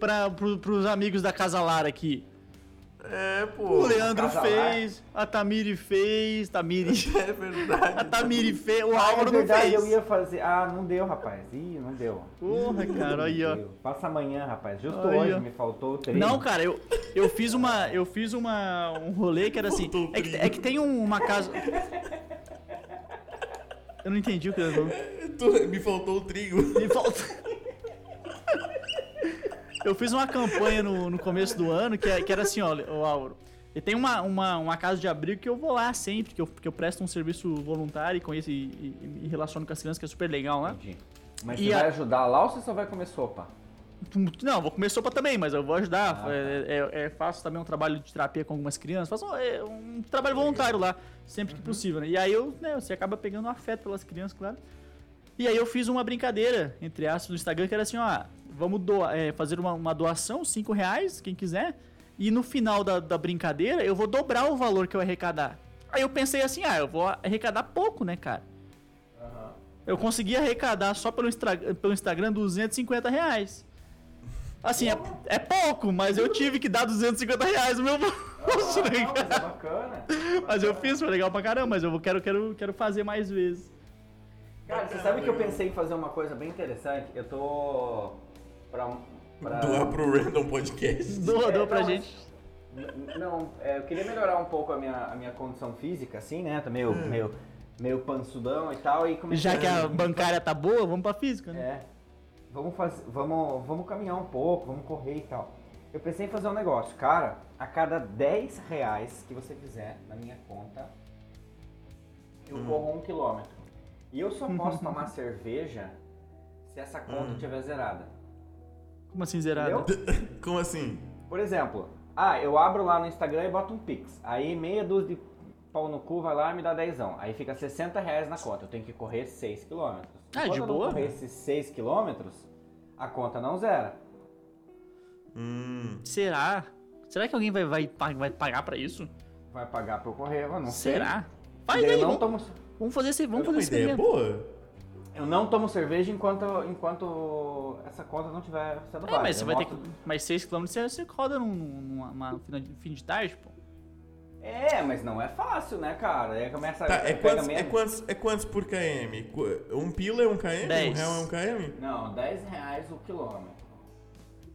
pra, pro, pros amigos da Casa Lara aqui.
É, pô.
O Leandro
Casa
fez, a Tamiri fez, Tamiri.
É verdade.
A Tamiri fez, o
Ah,
Álvaro
é verdade,
não
eu
fez.
ia fazer. Ah, não deu, rapaz. Ih, não deu.
Porra, cara, aí, ó.
Deu. Passa amanhã, rapaz. Justo
Aí,
hoje
ó.
me faltou o treino.
Não, cara, eu, eu fiz uma. Eu fiz uma. um rolê que era assim.
Voltou o
É que,
trilho.
é que tem um- uma casa. Eu não entendi o que ele falou.
Tu- Me faltou o trigo.
Me falta. Eu fiz uma campanha no, no começo do ano que, é- que era assim, ó, o Álvaro. E tem uma, uma, uma casa de abrigo que eu vou lá sempre, que eu, que eu presto um serviço voluntário e conheço e, e- e me relaciono com as crianças, que é super legal lá.
Entendi. Mas
E
você
a-
vai ajudar lá ou você só vai comer sopa?
Não, vou comer sopa também, mas eu vou ajudar.
Ah,
É, é- é- faço também um trabalho de terapia com algumas crianças. Faço um, é, um trabalho voluntário lá, sempre que possível, né? E aí eu, né, você acaba pegando um afeto pelas crianças, claro. E aí eu fiz uma brincadeira, entre aspas, no Instagram, que era assim, ó, vamos doar, é, fazer uma, uma doação, cinco reais, quem quiser. E no final da, da brincadeira, eu vou dobrar o valor que eu arrecadar. Aí eu pensei assim, ah, eu vou arrecadar pouco, né, cara? Eu consegui arrecadar só pelo, Instra- pelo Instagram 250 reais. Assim, é, é pouco, mas eu tive que dar 250 reais no meu bolso, né,
Ah, Não, mas
cara?
é bacana.
Mas eu fiz, foi legal pra caramba, mas eu vou- quero, quero, quero fazer mais vezes.
Cara, você sabe que eu pensei em fazer uma coisa bem interessante? Eu tô. Pra. um, pra...
Doar pro Random Podcast.
Doa,
É,
doa pra
não, mas-
gente.
N- Não, é, eu queria melhorar um pouco a minha, a minha condição física, assim, né? Tô meio, meio, meio pansudão e tal. E comecei
Hum. Já que a bancária tá boa, vamos pra física, né?
É. Vamos, faz... vamos, vamos caminhar um pouco, vamos correr e tal. Eu pensei em fazer um negócio. Cara, a cada 10 reais que você fizer na minha conta, eu corro um quilômetro. E eu só posso tomar cerveja se essa conta
Hum.
estiver zerada.
Como assim zerado?
Entendeu?
Como assim?
Por exemplo, ah, eu abro lá no Instagram e boto um Pix. Aí meia dúzia de pau no cu vai lá e me dá dezão. Aí fica 60 reais na conta. Eu tenho que correr 6 km.
Ah, de
eu
boa,
não
né?
correr esses 6 km, a conta não zera.
Hum.
Será? Será que alguém vai, vai, pa- vai pagar pra isso?
Vai pagar pra eu correr, eu não sei.
Será? Faz
Daí eu
aí,
não tá-
vamos,
tomo,
vamos fazer esse, vamos
Uma
fazer esse
ideia
evento.
boa.
eu não tomo cerveja enquanto, enquanto essa conta não tiver sendo
É,
paga.
mas você
Eu
vai ter
boto-
que. Mas 6km você, você roda num, numa, numa fina- fim de tarde, pô.
É, mas não é fácil, né, cara? Aí começa
Tá, é
pega
quantos, é,
menos.
quantos, é quantos por KM? Qu- Um pila é um KM? Um
Dez.
real é um KM?
Não, 10 reais o quilômetro.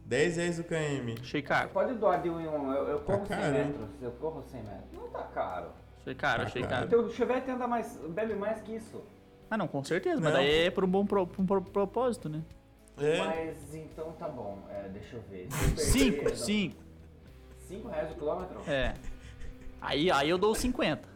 10 reais o KM.
Achei
Você
caro.
pode doar de um em um, eu, eu corro
Tá
100
caro, hein?
metros, eu corro 100 metros. Não tá caro.
Achei caro,
Tá
achei
caro.
caro.
Então, o Chevette anda mais, bebe mais que isso.
Ah, não, com certeza, mas
Não.
daí é por um bom pro- por um pro- propósito, né?
É.
Mas então tá bom, é, deixa eu ver. Se eu perder,
5,
não.
5,
Cinco reais o quilômetro?
é. Aí, aí eu dou 50.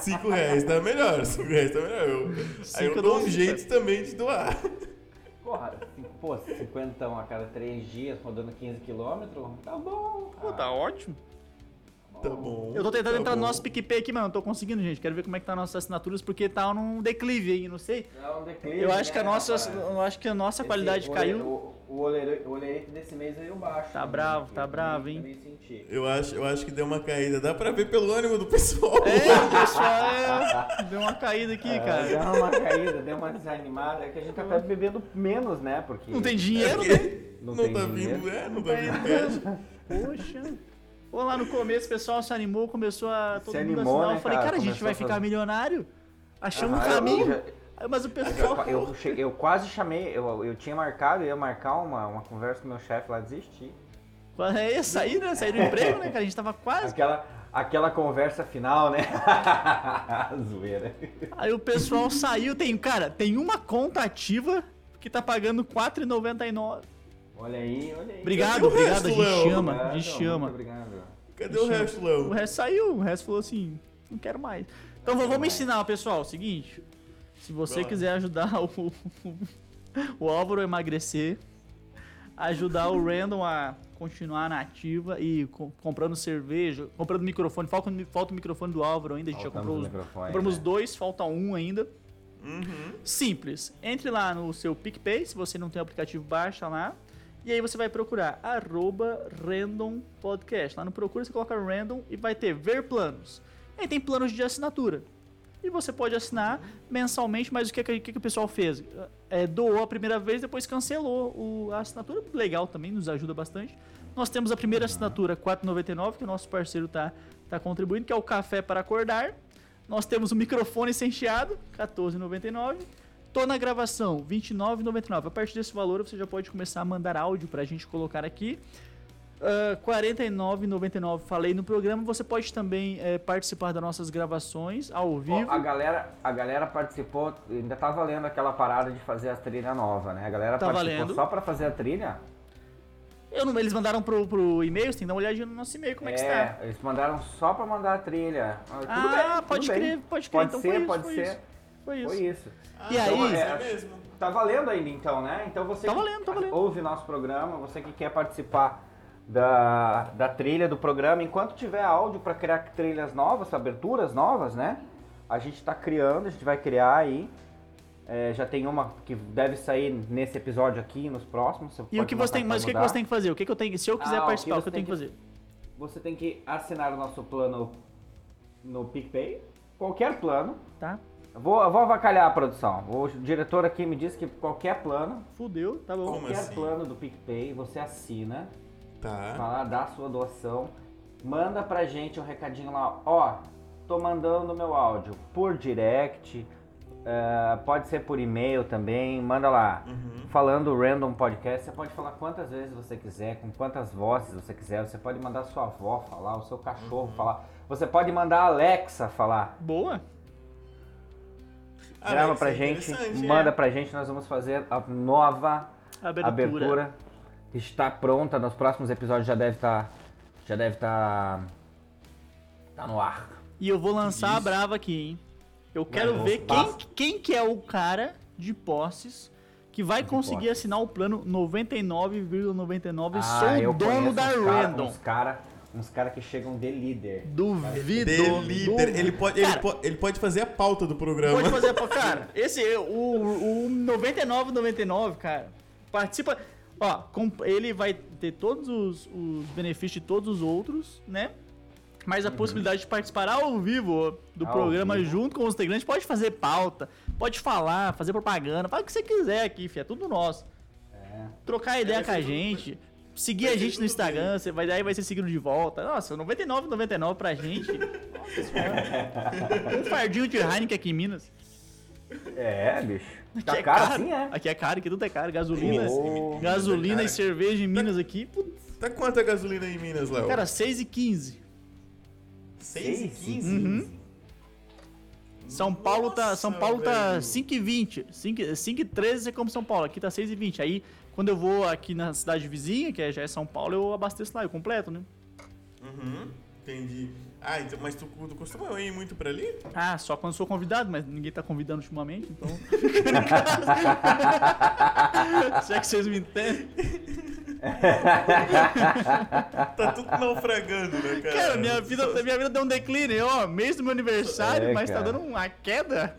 5 reais tá melhor. 5 reais tá melhor. Eu, aí
Cinco
eu
eu
dou
dou
um
cinco.
jeito também de doar.
Porra, cinco, pô, cinquentão a cada três dias, rodando 15 quilômetros, tá bom.
Pô, tá ótimo.
Tá bom.
Eu tô tentando
tá
entrar no
bom.
nosso PicPay aqui, mas não tô conseguindo, gente. Quero ver como é que tá nossas assinaturas, porque tá num declive aí, não sei.
É um declínio,
Eu acho que a
né,
nossa,
rapaz?
eu acho que a nossa qualidade
Esse ole-
caiu.
O, o olere- o olerite desse mês veio baixo.
Tá
também,
bravo,
que
tá
eu
bravo,
também-
hein?
também senti.
Eu acho, eu acho que deu uma caída. Dá pra ver pelo ânimo do pessoal.
É, pessoal, é, deu uma caída aqui,
É,
cara.
Deu uma caída, deu uma desanimada. É que a gente tá até bebendo menos, né? Porque
Não tem dinheiro, né?
Porque não, tá
né?
vindo, é, não tá vindo cash.
Poxa. Pô, lá no começo o pessoal se animou, começou a todo
Se
mundo
animou,
assinar.
né,
eu falei,
cara?
cara, a gente
Começou
vai
a
ficar
fazer-
milionário. Achamos um
Ah, eu-
caminho.
eu
Aí, Mas o pessoal.
já- Eu, eu cheguei- eu quase chamei, eu, eu tinha marcado, eu ia marcar uma, uma conversa com meu chefe lá, desisti.
É, ia sair, né? Sair do emprego, né, cara? A gente tava quase.
Aquela, aquela conversa final, né? Zoeira.
Aí o pessoal saiu, tem. Cara, tem uma conta ativa que tá pagando R$4,99.
Olha aí, olha aí.
Obrigado,
o resto,
obrigado, a gente
Léo?
chama, a gente
Obrigado,
chama.
Muito obrigado.
Cadê o resto, Léo?
O resto saiu, o resto falou assim, não quero mais. Então vou- vamos ensinar, pessoal, é o seguinte. Se você
Vai lá.
quiser ajudar o, o Álvaro a emagrecer, ajudar o Random a continuar na ativa e co- comprando cerveja, comprando microfone, falta, o- falta o microfone do Álvaro ainda, a gente
Faltamos o
já comprou os,
microfone,
compramos
né?
dois, falta um ainda.
Uhum.
Simples. Entre lá no seu PicPay, se você não tem o aplicativo, baixa lá. E aí você vai procurar arroba random podcast. Lá no procura, você coloca random e vai ter ver planos. Aí tem planos de assinatura. E você pode assinar mensalmente, mas o que, que, o que que o pessoal fez? É, doou a primeira vez, depois cancelou o- a assinatura. Legal também, nos ajuda bastante. Nós temos a primeira assinatura, R$ 4,99, que o nosso parceiro está tá contribuindo, que é o Café para Acordar. Nós temos o microfone sem chiado, 14,99. Tô na gravação, 29,99. A partir desse valor você já pode começar a mandar áudio pra gente colocar aqui. Ah, 49,99 falei no programa. Você pode também eh, participar das nossas gravações ao
Ó,
vivo.
a, galera, a galera participou, ainda tá valendo aquela parada de fazer a trilha nova, né? A galera
Tá
participou
valendo.
só pra fazer a trilha?
Eu não, eles mandaram pro, pro e-mail, você tem que dar uma olhadinha no nosso e-mail, como é, que está.
Eles mandaram só pra mandar a trilha. Ah, tudo
Ah,
bem,
pode
tudo bem.
crer, pode crer.
Pode
então
ser,
foi isso,
pode
foi
ser.
isso. Foi isso.
Foi isso. Então,
E
Ah,
aí-
É mesmo.
Tá valendo ainda então, né? Então você
Tá
que
valendo, tá valendo.
ouve nosso programa, você que quer participar da, da trilha do programa, enquanto tiver áudio pra criar trilhas novas, aberturas novas, né? A gente tá criando, a gente vai criar aí. É, já tem uma que deve sair nesse episódio aqui, nos próximos.
E o que você tem, mas o que, que você tem que fazer? O que, que eu tenho, se eu quiser
Ah, o que
participar, o
você
que eu tenho que fazer?
Você tem que assinar o nosso plano no PicPay, qualquer plano.
Tá?
Eu Vou, eu vou avacalhar a produção. O diretor aqui me disse que qualquer plano
Fudeu, tá bom.
Como
Qualquer
assim?
plano do PicPay, você assina, vai
Tá.
lá, dá a sua doação, manda pra gente um recadinho lá, ó, tô mandando meu áudio por direct, eh, pode ser por e-mail também, manda lá.
Uhum.
Falando Random Podcast, você pode falar quantas vezes você quiser, com quantas vozes você quiser, você pode mandar sua avó falar, o seu
Uhum.
cachorro falar, você pode mandar a Alexa falar.
Boa.
Ah,
Grava
isso
pra
é
gente,
interessante,
manda
é.
pra gente, nós vamos fazer a nova
Abertura.
abertura está pronta. Nos próximos episódios já deve estar. já deve estar. tá no ar.
E eu vou lançar a brava aqui, hein? Eu quero
nossa,
ver quem,
basta.
quem que é o cara de posses que vai conseguir
posses.
assinar o plano 99,99
Ah,
sou
eu
o dono
conheço
da
uns cara-
Random.
Uns cara, uns cara que chegam de líder.
Duvido.
The líder.
duvido.
Ele pode, ele,
Cara,
pode, ele pode fazer a pauta do programa.
Pode fazer, pô, cara. Esse, o, o 99,99, 99, cara, participa. Ó, com- ele vai ter todos os, os benefícios de todos os outros, né? Mas a possibilidade de participar ao vivo do
Uhum. Ao
programa
vivo.
junto com os integrantes, pode fazer pauta, pode falar, fazer propaganda, faz o que você quiser aqui, fi, é tudo nosso.
É
Trocar ideia
vai
com a
ser tudo-
né?
gente, seguir
vai
a
ser
gente no
tudo
Instagram, você vai, daí vai ser seguido de volta. Nossa, 99,99 99 pra gente. Nossa senhora. um fardinho de Heineken aqui em Minas.
É, bicho. Tá
Aqui é
caro assim, é.
Aqui é caro, aqui tudo é caro. Gasolina,
Ô.
gasolina
Cara,
e cerveja em Minas aqui. Putz,
Tá quanta gasolina em Minas, Léo?
cara, 6,15.
6,15?
Uhum. São Paulo tá, São
Nossa,
Paulo tá
velho.
5,20. 5 5,13 é como São Paulo, aqui tá 6,20. Aí, quando eu vou aqui na cidade vizinha, que é- já é São Paulo, eu abasteço lá, eu completo, né?
Uhum, entendi. Ah, então, mas tu, tu costuma ir muito pra ali?
Ah, só quando sou convidado, mas ninguém tá convidando ultimamente, então. Será é que vocês me entendem?
Tá tudo naufragando, né, cara?
Cara, minha vida,
Só-
minha vida deu um declínio, ó. Mês do meu aniversário,
É,
mas
cara.
tá dando uma queda.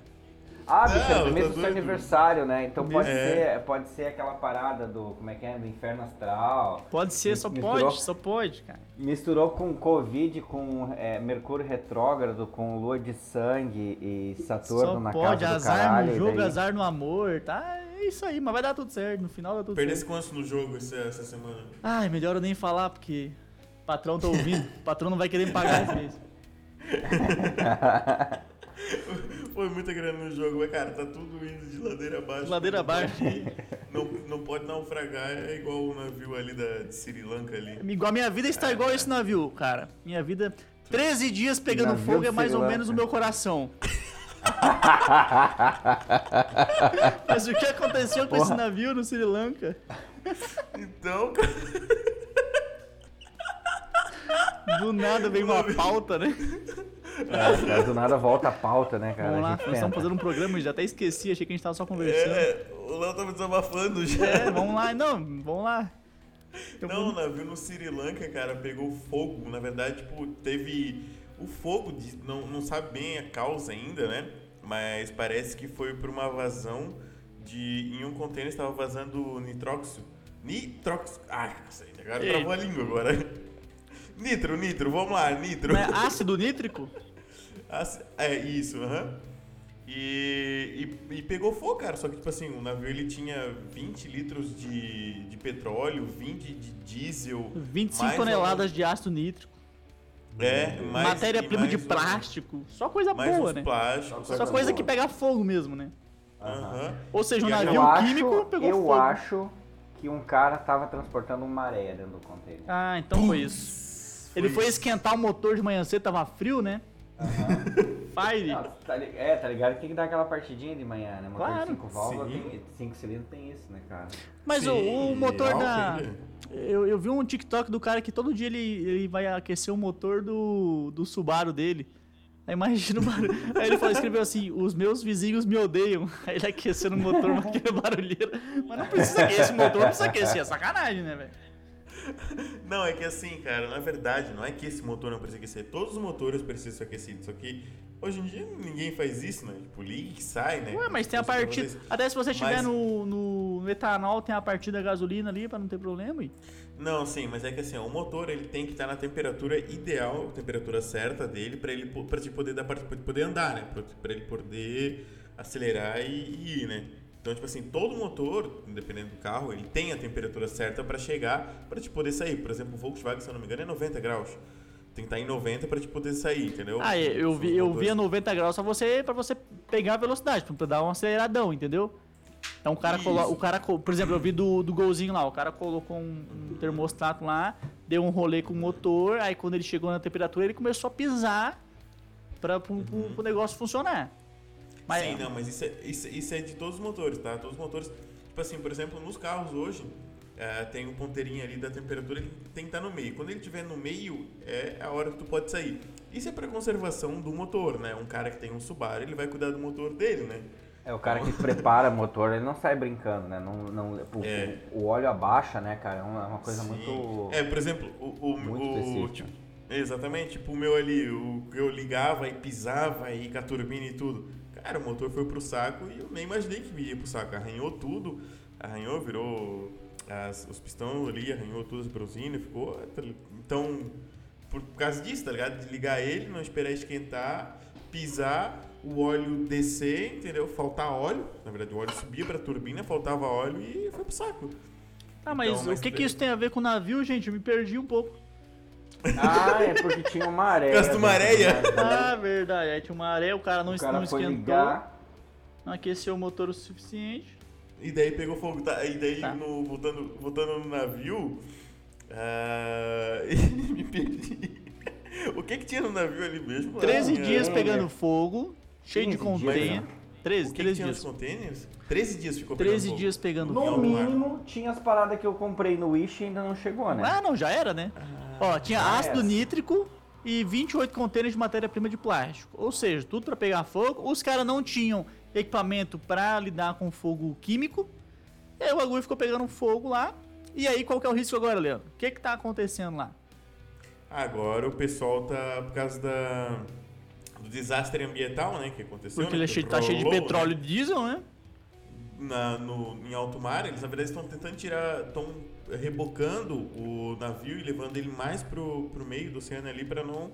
Ah,
Não,
bicho, é o
eu
primeiro
tô
do seu
doido.
aniversário, né? Então pode,
É.
ser, pode ser aquela parada do. Como é que é? Do inferno astral.
Pode ser, só
Misturou.
pode, só pode, cara.
Misturou com Covid, com é, Mercúrio retrógrado, com Lua de Sangue e Saturno
Só
na
pode,
casa
azar
do caralho.
no
e
jogo,
daí-
azar no amor, tá? É isso aí, mas vai dar tudo certo, no final dá tudo
Perdesse
certo.
quanto no jogo essa, essa semana?
Ai, melhor eu nem falar, porque o patrão tá ouvindo, o patrão não vai querer me pagar esse mês.
Foi muita grana no jogo, mas, cara, tá tudo indo de ladeira abaixo.
Ladeira abaixo.
Não, não pode naufragar, é igual o navio ali da, de Sri Lanka ali.
Igual, minha vida está igual esse navio, cara. Minha vida, 13 dias pegando
Navio
fogo é
de
mais ou
Sri
menos o
Lanka.
meu coração. Mas o que aconteceu com esse navio no Sri Lanka?
Então, cara,
Do nada veio uma pauta, né?
É, cara, do nada volta a pauta, né, cara?
Vamos
a
lá,
gente
nós estamos
tenta.
fazendo um programa, já até esqueci, achei que a gente tava só conversando.
é, o Léo tá me desabafando já.
É, vamos lá, não, vamos lá. Eu
Não, o
vou-
navio no Sri Lanka, cara, pegou fogo. Na verdade, tipo, teve o fogo, de- não, não sabe bem a causa ainda, né? Mas parece que foi por uma vazão de. Em um contêiner estava vazando nitróxido. Nitróxido. Ah, sei, agora
Ei.
travou a língua agora. Nitro, nitro, vamos lá, nitro.
Não é ácido nítrico?
Ass- É, isso, aham. E, e, e pegou fogo, cara. Só que, tipo assim, o navio ele tinha 20 litros de, de petróleo, 20 de diesel.
25
mais
toneladas de ácido nítrico.
algum- É, mais- e
Matéria-prima
mais
de
um-
plástico. Só coisa
Mais
boa,
uns
né?
plásticos.
Só coisa que pega fogo mesmo, né?
Aham.
Ou seja, um
E aí,
navio
eu
químico
acho,
pegou
eu
fogo.
acho que um cara tava transportando uma maré dentro do container.
Ah, então foi isso. Ele foi esquentar o motor de manhã cedo, tava frio, né? Fire.
Não, tá li- é, tá ligado? que Tem que dar aquela partidinha de manhã, né? Motor
Claro.
de 5 válvulas,
Sim.
5 cilindros tem isso, né, cara?
Mas o- o,
Sim,
motor
não,
da.
entendi.
Eu, eu vi um TikTok do cara que todo dia ele, ele vai aquecer o motor do, do Subaru dele. Aí imagina o barulho. Aí ele falou, escreveu assim: Os meus vizinhos me odeiam. Aí ele aquecendo o motor, mas aquele barulheiro. Mas não precisa aquecer esse motor, não precisa aquecer. É sacanagem, né, velho?
Não, é que assim, cara, na verdade, não é que esse motor não precisa aquecer. Todos os motores precisam ser aquecidos. Só que hoje em dia ninguém faz isso, né? Tipo, liga que sai, né?
Ué, mas tem a
Mostra pra
partida.
vocês.
Até se você tiver
Mas-
no, no, no etanol, tem a partida da gasolina ali pra não ter problema. e-
Não, sim, mas é que assim, ó, o motor ele tem que estar na temperatura ideal, a temperatura certa dele, para ele po- pra te poder dar para poder andar, né? Pra- Pra ele poder acelerar e, e ir, né? Então, tipo assim, todo motor, dependendo do carro, ele tem a temperatura certa para chegar, para te poder sair. Por exemplo, o Volkswagen, se eu não me engano, é 90 graus. Tem que estar em 90 para te poder sair, entendeu?
Ah, é, eu vi,
São
eu
motores-
vi a 90 graus só você para você pegar a velocidade, pra dar um aceleradão, entendeu? Então o cara
Isso.
colo- o cara, co- por exemplo, eu vi do, do golzinho lá, o cara colocou um, um termostato lá, deu um rolê com o motor, aí quando ele chegou na temperatura, ele começou a pisar para pro, pro- pro negócio funcionar. Mas
Sim, não, mas isso é, isso, é- isso é de todos os motores, tá? Todos os motores. Tipo assim, por exemplo, nos carros hoje, ah, tem um ponteirinho ali da temperatura, ele tem que estar no meio. Quando ele estiver no meio, é a hora que tu pode sair. Isso é para conservação do motor, né? Um cara que tem um Subaru, ele vai cuidar do motor dele, né?
É, o cara que prepara motor, ele não sai brincando, né? Não, não, o,
É.
o óleo abaixa, né, cara? É uma é uma coisa
Sim.
muito.
É, por exemplo, o. o,
Muito
o-
específica.
tipo, exatamente, tipo o meu ali, o que eu ligava e pisava e com a turbina e tudo. Cara, o motor foi pro saco e eu nem imaginei que ia pro saco. Arranhou tudo, arranhou, virou as- os pistões ali, arranhou todas as brusines, ficou. tá li- Então, por causa disso, tá ligado? De ligar ele, não esperar esquentar, pisar, o óleo descer, entendeu? Faltar óleo. Na verdade, o óleo subia pra turbina, faltava óleo e foi pro saco.
Tá, mas
Então, mas
o que, que
tem-
isso tem a ver com navio, gente? Eu me perdi um pouco.
Ah, é porque tinha uma areia.
Gasta uma
dentro do
areia.
navio.
Ah, verdade. Aí tinha uma areia, o cara não,
O cara
não
foi
esquentou,
ligar.
não aqueceu o motor o suficiente.
E daí pegou fogo. Tá, e daí,
Tá.
no, voltando, voltando no navio. ah, me perdi. O que que tinha no navio ali mesmo?
13
Ah,
dias
o
pegando fogo, cheio de
15 dias,
container.
né?
13,
que que
13
tinha nos
dias.
containers? 13 dias ficou pegando
13
fogo.
dias pegando
Não.
fogo.
No
Vamos lá.
mínimo, tinha as paradas que eu comprei no Wish e ainda não chegou, né?
Ah, não, já era, né? Ó, tinha
já
ácido
era.
nítrico e 28 contêineres de matéria-prima de plástico. Ou seja, tudo pra pegar fogo. Os caras não tinham equipamento pra lidar com fogo químico. E aí o bagulho ficou pegando fogo lá. E aí, qual que é o risco agora, Leandro? O que que tá acontecendo lá?
Agora o pessoal tá por causa da, do desastre ambiental, né? Que aconteceu.
Porque ele
né,
é
que
cheio, tá cheio de
rolou, né,
petróleo e diesel, né?
na- no, em alto mar, eles na verdade estão tentando tirar, estão rebocando o navio e levando ele mais pro, pro meio do oceano ali pra não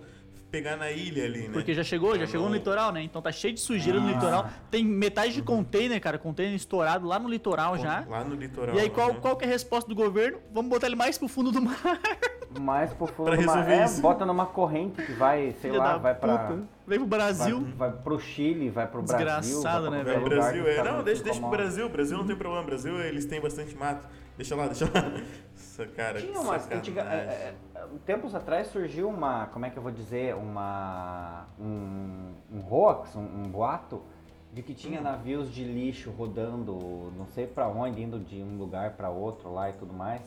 pegar na ilha ali, né?
Porque já chegou, já
Pra
chegou no
não-
litoral, né? Então tá cheio de sujeira no
Ah.
litoral. Tem metade de container, cara, container estourado lá no litoral já.
Lá no litoral.
E aí,
lá,
qual,
né?
qual que é a resposta do governo? Vamos botar ele mais pro fundo do mar.
Mas por fundo
Pra
numa,
resolver
é,
isso.
bota numa corrente que vai, sei
Filha
lá,
da
vai pra.
puta. Vem pro
Vai,
Brasil.
vai pro Chile, vai pro Brasil.
Desgraçado,
vai pra
né,
É,
qualquer
o
velho?
Brasil,
lugar que tá os
é.
caras
Não, deixa,
se
deixa pro
incomodam.
Brasil. Brasil não tem problema. Brasil, eles têm bastante mato. Deixa lá, deixa lá. Nossa, cara, que
Tinha umas.
sacanagem.
Antiga, é, é, é, tempos atrás surgiu uma. Como é que eu vou dizer? Uma. Um, um hoax, um, um boato, de que
Hum.
tinha navios de lixo rodando não sei pra onde, indo de um lugar pra outro lá e tudo mais.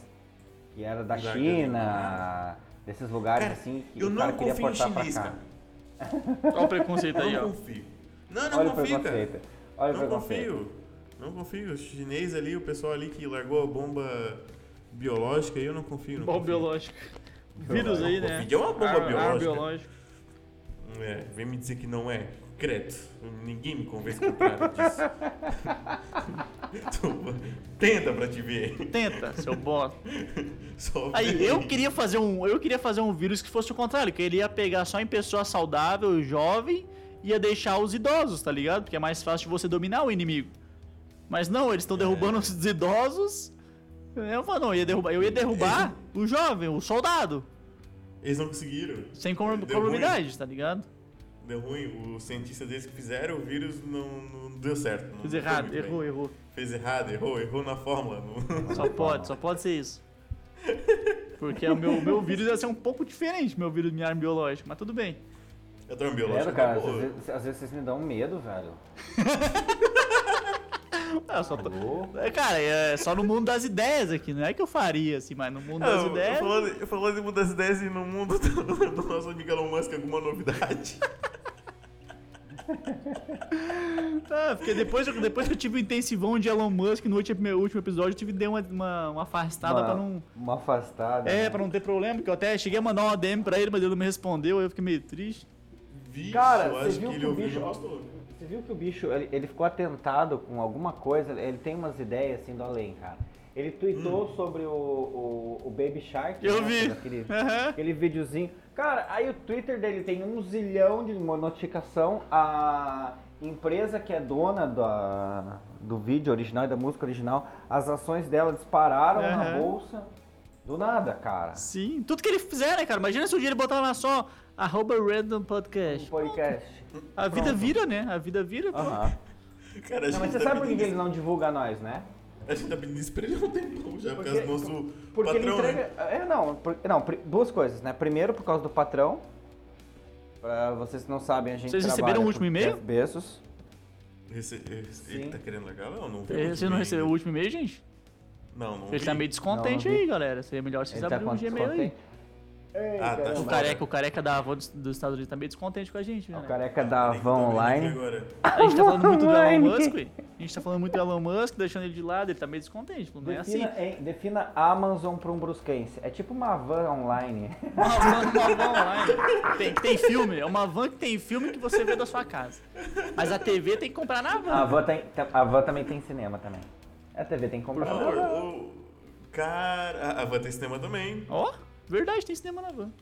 Que era da
Lugar que eu
China, desses lugares
Cara,
assim que
Eu
o cara
não
queria
confio em
portar pra
chinês,
cá.
cara.
Olha o preconceito aí,
Eu não
ó.
confio. Não, não
Olha o
confio, cara.
preconceito. Olha o
Não
preconceito.
confio. Não confio. Os chinês ali, o pessoal ali que largou a bomba biológica, eu não confio. Não
Bom
confio.
biológico. Vírus aí, né?
Covid é uma bomba
Ar- ar
biológica.
biológico.
É, vem me dizer que não é. Credo. Ninguém me convence com nada disso. Tu- Tenta pra te ver.
Tenta, seu bosta.
Só
Aí,
vem.
eu queria fazer um, eu queria fazer um vírus que fosse o contrário, que ele ia pegar só em pessoa saudável, jovem, e ia deixar os idosos, tá ligado? Porque é mais fácil de você dominar o inimigo. Mas não, eles estão derrubando os idosos. Eu falo, não, eu ia derrubar, eu ia derrubar o jovem, o soldado,
Eles não conseguiram.
sem com-
Deu ruim.
comorbidades, tá ligado?
Deu ruim. Os cientistas deles que fizeram o vírus não, não deu certo. Não
Fiz
foi
errado,
muito bem.
errou, errou.
Fez errado, errou, errou na fórmula. Não-
Só pode, só pode ser isso. Porque o meu, meu vírus ia ser um pouco diferente, meu vírus, minha arma biológica, mas tudo bem.
Eu tô um biológico. tá
Credo, cara, às vezes, às vezes vocês me dão um medo, velho.
Ah, só tô,
Alô?
É, Cara, é só no mundo das ideias aqui, não é que eu faria assim, mas no mundo das
eu,
ideias.
falando, eu falando em uma das ideias e no mundo do, do nosso amigo Elon Musk, alguma novidade?
Tá, porque depois, eu- depois que eu tive o intensivão de Elon Musk no último, meu último episódio, eu tive dei uma, uma, uma afastada
uma,
pra não.
Uma afastada.
É,
né?
pra não ter problema, porque eu até cheguei a mandar uma DM pra ele, mas ele não me respondeu, aí eu fiquei meio triste.
Vixe,
Cara,
eu
você
acho
viu
que
que
ele
o
ouviu e
bicho-
não gostou.
Você viu que o bicho, ele, ele ficou atentado com alguma coisa, ele tem umas ideias assim do além, cara. Ele tweetou sobre o, o, o Baby Shark.
Hum. Eu
né,
vi.
Aquele,
Aham.
aquele videozinho. Cara, aí o Twitter dele tem um zilhão de notificação. A empresa que é dona da, do vídeo original e da música original, as ações dela dispararam na
Aham.
bolsa. Do nada, cara.
Sim, tudo que ele fizer, né, cara? Imagina se um dia ele botar lá só arroba random
Um
podcast.
podcast.
A vida vira, né? A vida vira. pô.
Aham.
Cara, a
Não, mas
gente,
você
tá
sabe por que
pedindo,
que ele não divulga nós, né?
isso- a gente tá pedindo isso pra ele há um tempão já, por causa do nosso
Porque
patrão,
ele
né?
entrega. É, não, por- não, pri- duas coisas, né? Primeiro, por causa do patrão. Pra vocês que não sabem, a gente.
Vocês
trabalha
receberam o
pro
último e-mail?
Jeff Bezos.
Rece- Ele
Sim.
tá querendo largar lá ou não?
Você não recebeu o último e-mail, gente?
Não, não
Ele tá
vi.
meio descontente
Não, não vi.
aí, galera. Seria melhor vocês
Ele tá
abrirem
com
um Gmail aí.
descontente. Ei,
Ah, tá
caramba.
O
Não,
careca, o careca da avó dos, dos Estados Unidos tá meio descontente com a gente, né?
O careca da
Peraí que eu tô
Van
vendo aqui
Online.
agora.
A gente tá falando muito do Elon
Online.
Musk, ué. A gente tá falando muito do Elon Musk, deixando ele de lado, ele tá meio descontente. Não é assim.
Defina, hein, defina Amazon para um brusquense. É tipo uma van online.
Uma van, uma van online. Tem, tem filme, é uma van que tem filme que você vê da sua casa. Mas a TV tem que comprar na van.
A van, tem, a van também tem cinema também. A TV tem que
Por
comprar.
favor, Tá, ô, cara. A- A Van tem cinema também.
Ó, verdade, tem cinema na van.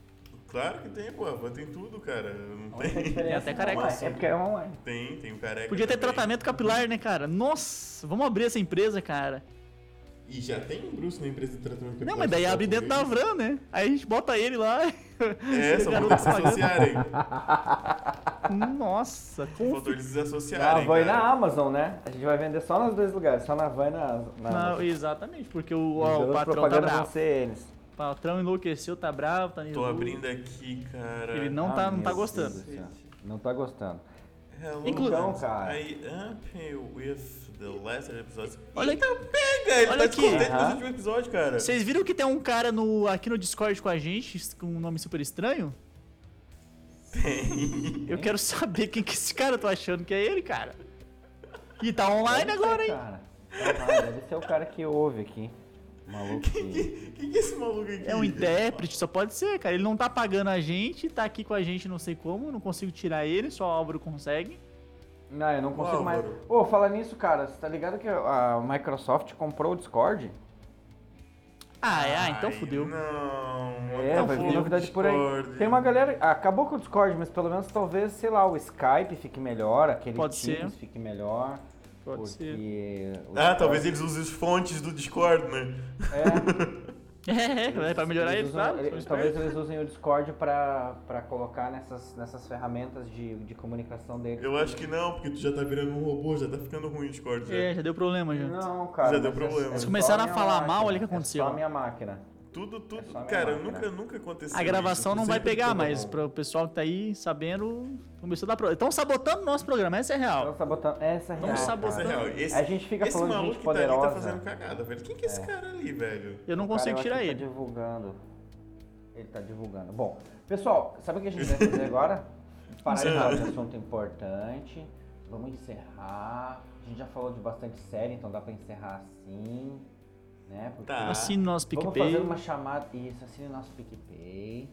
Claro que tem, pô. A Van tem tudo, cara. Não
Não tem
tem.
diferença.
até careca.
Online. É porque é online.
Tem, tem o careca.
Podia ter
também.
tratamento capilar, né, cara? Nossa, vamos abrir essa empresa, cara.
E já tem um Bruce na empresa de tratamento
Não, mas daí abre dentro da van, né? Aí a gente bota ele lá.
É, só
Garoto
falta eles se
pagando.
associarem.
Nossa, com
Faltou eles se
Na
associarem.
van e
cara.
na Amazon, né? A gente vai vender só nos dois lugares, só na van e na, na
Não,
Amazon.
exatamente, porque o, ó,
Os
o
garotos
patrão tá
propaganda vão
bravo.
ser eles.
O patrão enlouqueceu, tá bravo, tá
Tô
nervoso.
abrindo aqui, cara.
Ele não tá,
Ah,
não tá
meu
gostando.
Deus do céu. Não tá gostando.
Hello,
Inclu-
Então,
guys.
cara.
I am with the last episode.
Olha-
então, pega! Ele
Olha
tá
aqui.
descontente com
Aham.
esse último episódio, cara.
Vocês viram que tem um cara no, aqui no Discord com a gente, com um nome super estranho? Tem. Eu quero saber quem que é esse cara, eu tô achando que é ele, cara. E tá online
Deve ser,
agora, hein?
cara. Tá lá, Deve ser o cara que ouve aqui. O Maluco. que-
Que, que que é esse maluco aqui?
É um intérprete, só pode ser, cara. Ele não tá pagando a gente, tá aqui com a gente não sei como, não consigo tirar ele, só o Álvaro consegue.
Não, Ah, eu não consigo mais.
Álvaro.
Ô, fala nisso, cara. Você tá ligado que a Microsoft comprou o Discord?
Ah, é, ah,
Ai,
então fudeu.
Não.
É,
acabou
vai vir
o
novidade por aí.
Discord.
Tem uma galera. Ah, Acabou com o Discord, mas pelo menos talvez, sei lá, o Skype fique melhor, aquele
Pode
Teams
ser.
fique melhor.
Pode ser.
porque o
Ah,
Discord-
talvez eles usem as fontes do Discord, né?
É,
É, é, pra melhorar ele,
eles usam-
claro.
ele-
sou esperto.
talvez eles usem o Discord pra, pra colocar nessas, nessas ferramentas de, de comunicação deles.
Eu acho que não, porque tu já tá virando um robô, já tá ficando ruim o Discord. Já.
É, já deu problema já.
Não, cara.
Já deu
mas é
problema.
só
Eles
começaram a
minha
falar mal, olha o que
máquina,
aconteceu.
É só a minha máquina.
Tudo, tudo.
É só a minha
cara,
máquina.
nunca, nunca aconteceu.
A gravação
isso.
não vai
Sempre um
pegar,
fica
mas
bom.
pro pessoal que tá aí sabendo, começou a dar problema. Estão sabotando o nosso programa, essa é real.
Estão sabotando. Essa é
Tão
real.
sabotando.
Mas é
cara.
real, esse,
A gente fica
esse
falando de
maluco
gente
que tá ali tá
poderosa.
fazendo cagada, velho. Quem que é esse cara ali, velho?
Eu não
Cara,
consigo
eu acho
tirar
que
ele.
Tá divulgando. Ele tá divulgando. Bom, pessoal, sabe o que a gente vai fazer agora? Parar de falar de assunto importante. Vamos encerrar. A gente já falou de bastante série, então dá pra encerrar assim. Né? Porque
Tá.
Assine nosso
Vamos
PicPay.
fazer uma chamada. Isso, assine nosso PicPay.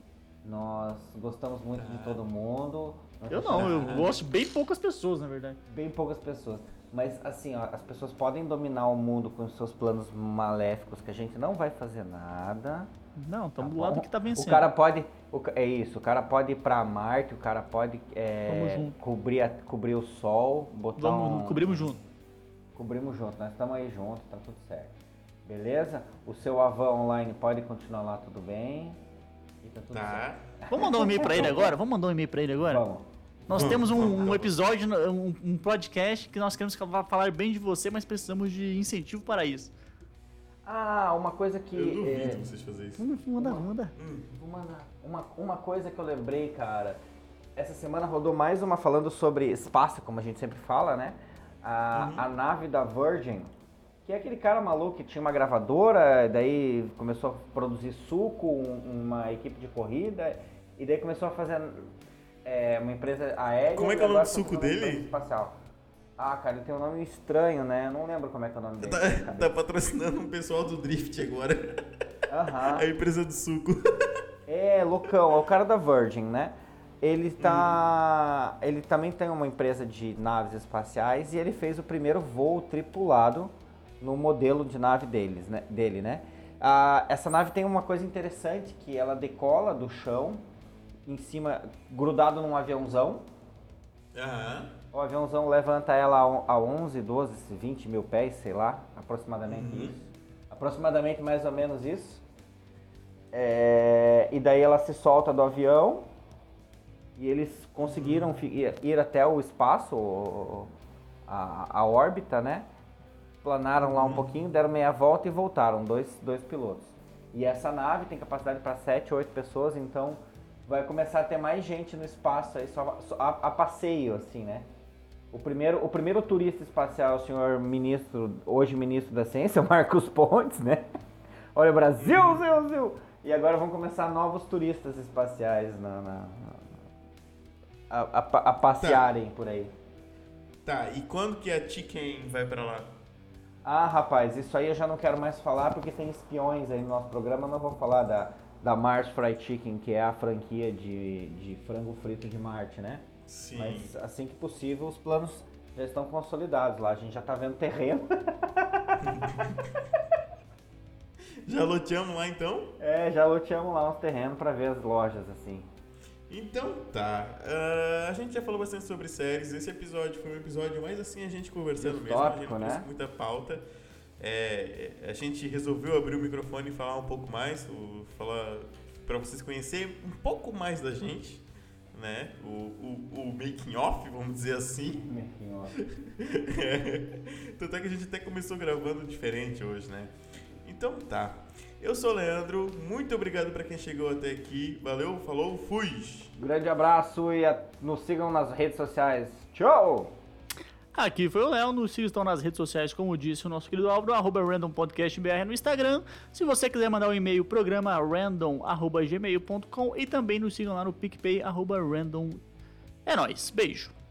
Nós gostamos muito
Ah.
de todo mundo. Nós
Eu não, eu
gostamos
gosto de bem poucas pessoas, na verdade.
de Bem poucas pessoas. Mas assim, ó, as pessoas podem dominar o mundo com os seus planos maléficos, que a gente não vai fazer nada.
Não, estamos
Tá
do lado
bom?
que tá vencendo.
O cara pode. o ca- é isso, o cara pode ir pra Marte, o cara pode é,
Tamo junto.
cobrir, a- cobrir o sol, botar.
Vamos,
um-
cobrimos junto.
Cobrimos junto, nós estamos aí junto, tá tudo certo. Beleza? O seu Avan online pode continuar lá, tudo bem. E tá tudo certo.
Tá.
Vamos mandar um e-mail pra ele agora? Vamos mandar um e-mail pra ele agora?
Vamos.
Nós
Vamos,
temos um,
vamos,
um
vamos.
episódio, um, um podcast que nós queremos falar bem de você, mas precisamos de incentivo para isso.
Ah, uma coisa que.
Eu duvido
é,
vocês fazerem isso.
Manda, manda, manda.
Vou mandar. Uma, uma coisa que eu lembrei, cara. Essa semana rodou mais uma falando sobre espaço, como a gente sempre fala, né? A,
Uhum.
a nave da Virgin, que é aquele cara maluco que tinha uma gravadora, daí começou a produzir suco, um- uma equipe de corrida, e daí começou a fazer é, uma empresa aérea.
Como é que
e
é o nome
agora
do suco
tá fazendo uma
dele?
empresa Espacial. Ah, cara, ele tem um nome estranho, né? Eu não lembro como é que é o nome dele.
Tá, tá patrocinando um pessoal do Drift agora.
Aham.
A empresa do suco.
É, loucão, é o cara da Virgin, né? Ele tá. Ele também tem uma empresa de naves espaciais e ele fez o primeiro voo tripulado no modelo de nave deles, né? dele, né? Ah, essa nave tem uma coisa interessante que ela decola do chão, em cima, grudado num aviãozão.
Aham.
O aviãozão levanta ela a on- a 11, 12, 20 mil pés, sei lá, aproximadamente
Uhum.
isso. Aproximadamente mais ou menos isso. É, e daí ela se solta do avião e eles conseguiram fi- ir, ir até o espaço, o- o- a, a órbita, né? Planaram lá um pouquinho, deram meia volta e voltaram, dois, dois pilotos. E essa nave tem capacidade para 7, 8 pessoas, então vai começar a ter mais gente no espaço aí, só, só a, a passeio, assim, né? O primeiro, o primeiro turista espacial, o senhor ministro, hoje ministro da ciência, Marcos Pontes, né? Olha, Brasil, Brasil, Brasil! E agora vão começar novos turistas espaciais na, na- a, a pa- a passearem por aí.
Tá, e quando que a Chicken vai pra lá?
Ah, rapaz, isso aí eu já não quero mais falar porque tem espiões aí no nosso programa. Não vamos falar da, da Mars Fried Chicken, que é a franquia de, de frango frito de Marte, né?
Sim.
Mas assim que possível, os planos já estão consolidados lá. A gente já tá vendo terreno.
Já loteamos lá então?
É, já loteamos lá uns terrenos pra ver as lojas, assim.
Então tá. Ah, a gente já falou bastante sobre séries. Esse episódio foi um episódio mais assim a gente conversando mesmo. A gente
Distópico,
não
né?
trouxe muita pauta. É, a gente resolveu abrir o microfone e falar um pouco mais, o- falar para vocês conhecerem um pouco mais da gente, né? O, o, o making off, vamos dizer assim. É. Tanto é que a gente até começou gravando diferente hoje, né? Então tá. Eu sou o Leandro, muito obrigado pra quem chegou até aqui. Valeu, falou, fui!
Grande abraço e a- nos sigam nas redes sociais. Tchau!
Aqui foi o Léo, nos sigam estão nas redes sociais, como disse o nosso querido Álvaro, arroba randompodcastbr no Instagram. Se você quiser mandar um e-mail, programa random, arroba gmail.com e também nos sigam lá no PicPay, arroba random. É nóis, beijo.